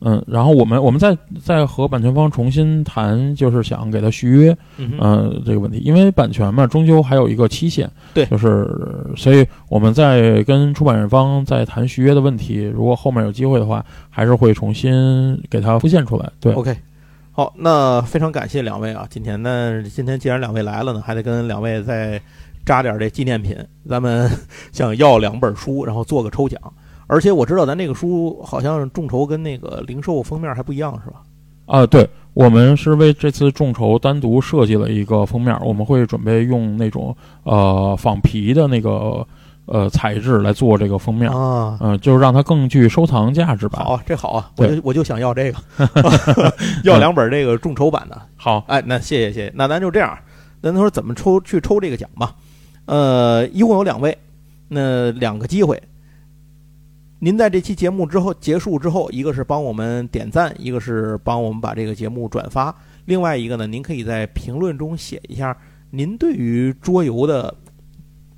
Speaker 2: 嗯，然后我们我们再再和版权方重新谈，就是想给他续约。
Speaker 1: 嗯哼
Speaker 2: 呃，这个问题，因为版权嘛，终究还有一个期限，
Speaker 1: 对
Speaker 2: 就是所以我们在跟出版方在谈续约的问题，如果后面有机会的话，还是会重新给它复现出来。对，
Speaker 1: OK，好，那非常感谢两位啊！今天呢，今天既然两位来了呢，还得跟两位再扎点这纪念品，咱们想要两本书，然后做个抽奖。而且我知道咱这个书好像众筹跟那个零售封面还不一样，是吧？
Speaker 2: 啊、对，我们是为这次众筹单独设计了一个封面，我们会准备用那种呃仿皮的那个呃材质来做这个封面，
Speaker 1: 啊，
Speaker 2: 嗯、就是让它更具收藏价值吧。
Speaker 1: 好，啊，这好啊，我
Speaker 2: 对
Speaker 1: 就我就想要这个， 要两本这个众筹版的。
Speaker 2: 好，
Speaker 1: 哎，那谢谢谢谢，那咱就这样，咱说怎么抽去抽这个奖吧。呃，一共有两位，那两个机会。您在这期节目之后结束之后，一个是帮我们点赞，一个是帮我们把这个节目转发，另外一个呢，您可以在评论中写一下您对于桌游的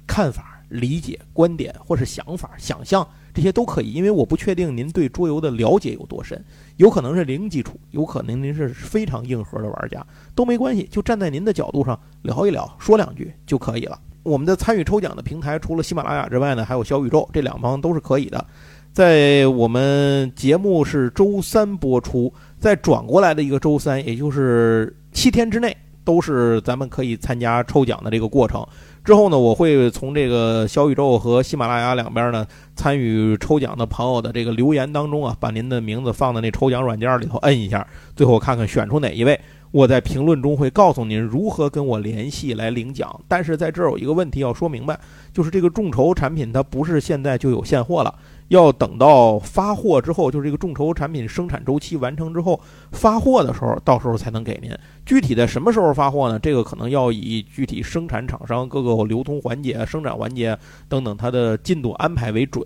Speaker 1: 看法、理解、观点，或是想法、想象，这些都可以。因为我不确定您对桌游的了解有多深，有可能是零基础，有可能您是非常硬核的玩家，都没关系。就站在您的角度上聊一聊，说两句就可以了。我们的参与抽奖的平台，除了喜马拉雅之外呢，还有小宇宙，这两方都是可以的。在我们节目是周三播出，在转过来的一个周三，也就是七天之内，都是咱们可以参加抽奖的这个过程。之后呢，我会从这个小宇宙和喜马拉雅两边呢，参与抽奖的朋友的这个留言当中啊，把您的名字放在那抽奖软件里头摁一下，最后看看选出哪一位。我在评论中会告诉您如何跟我联系来领奖，但是在这儿有一个问题要说明白，就是这个众筹产品它不是现在就有现货了，要等到发货之后，就是这个众筹产品生产周期完成之后发货的时候，到时候才能给您。具体在什么时候发货呢？这个可能要以具体生产厂商各个流通环节、生产环节等等它的进度安排为准。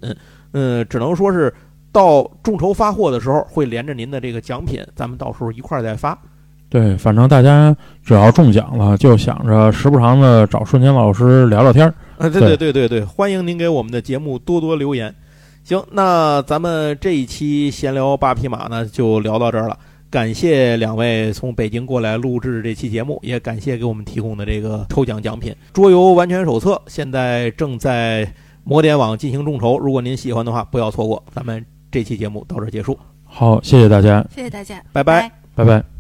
Speaker 1: 嗯，只能说是到众筹发货的时候会连着您的这个奖品，咱们到时候一块儿再发。
Speaker 2: 对，反正大家只要中奖了，就想着时不常的找瞬间老师聊聊天儿。
Speaker 1: 啊，对对对对对，欢迎您给我们的节目多多留言。行，那咱们这一期闲聊八匹马呢，就聊到这儿了。感谢两位从北京过来录制这期节目，也感谢给我们提供的这个抽奖奖品《桌游完全手册》，现在正在魔点网进行众筹，如果您喜欢的话，不要错过。咱们这期节目到这儿结束，
Speaker 2: 好，谢谢大家，
Speaker 3: 谢谢大家，
Speaker 1: 拜
Speaker 3: 拜
Speaker 1: 拜。
Speaker 2: 拜拜。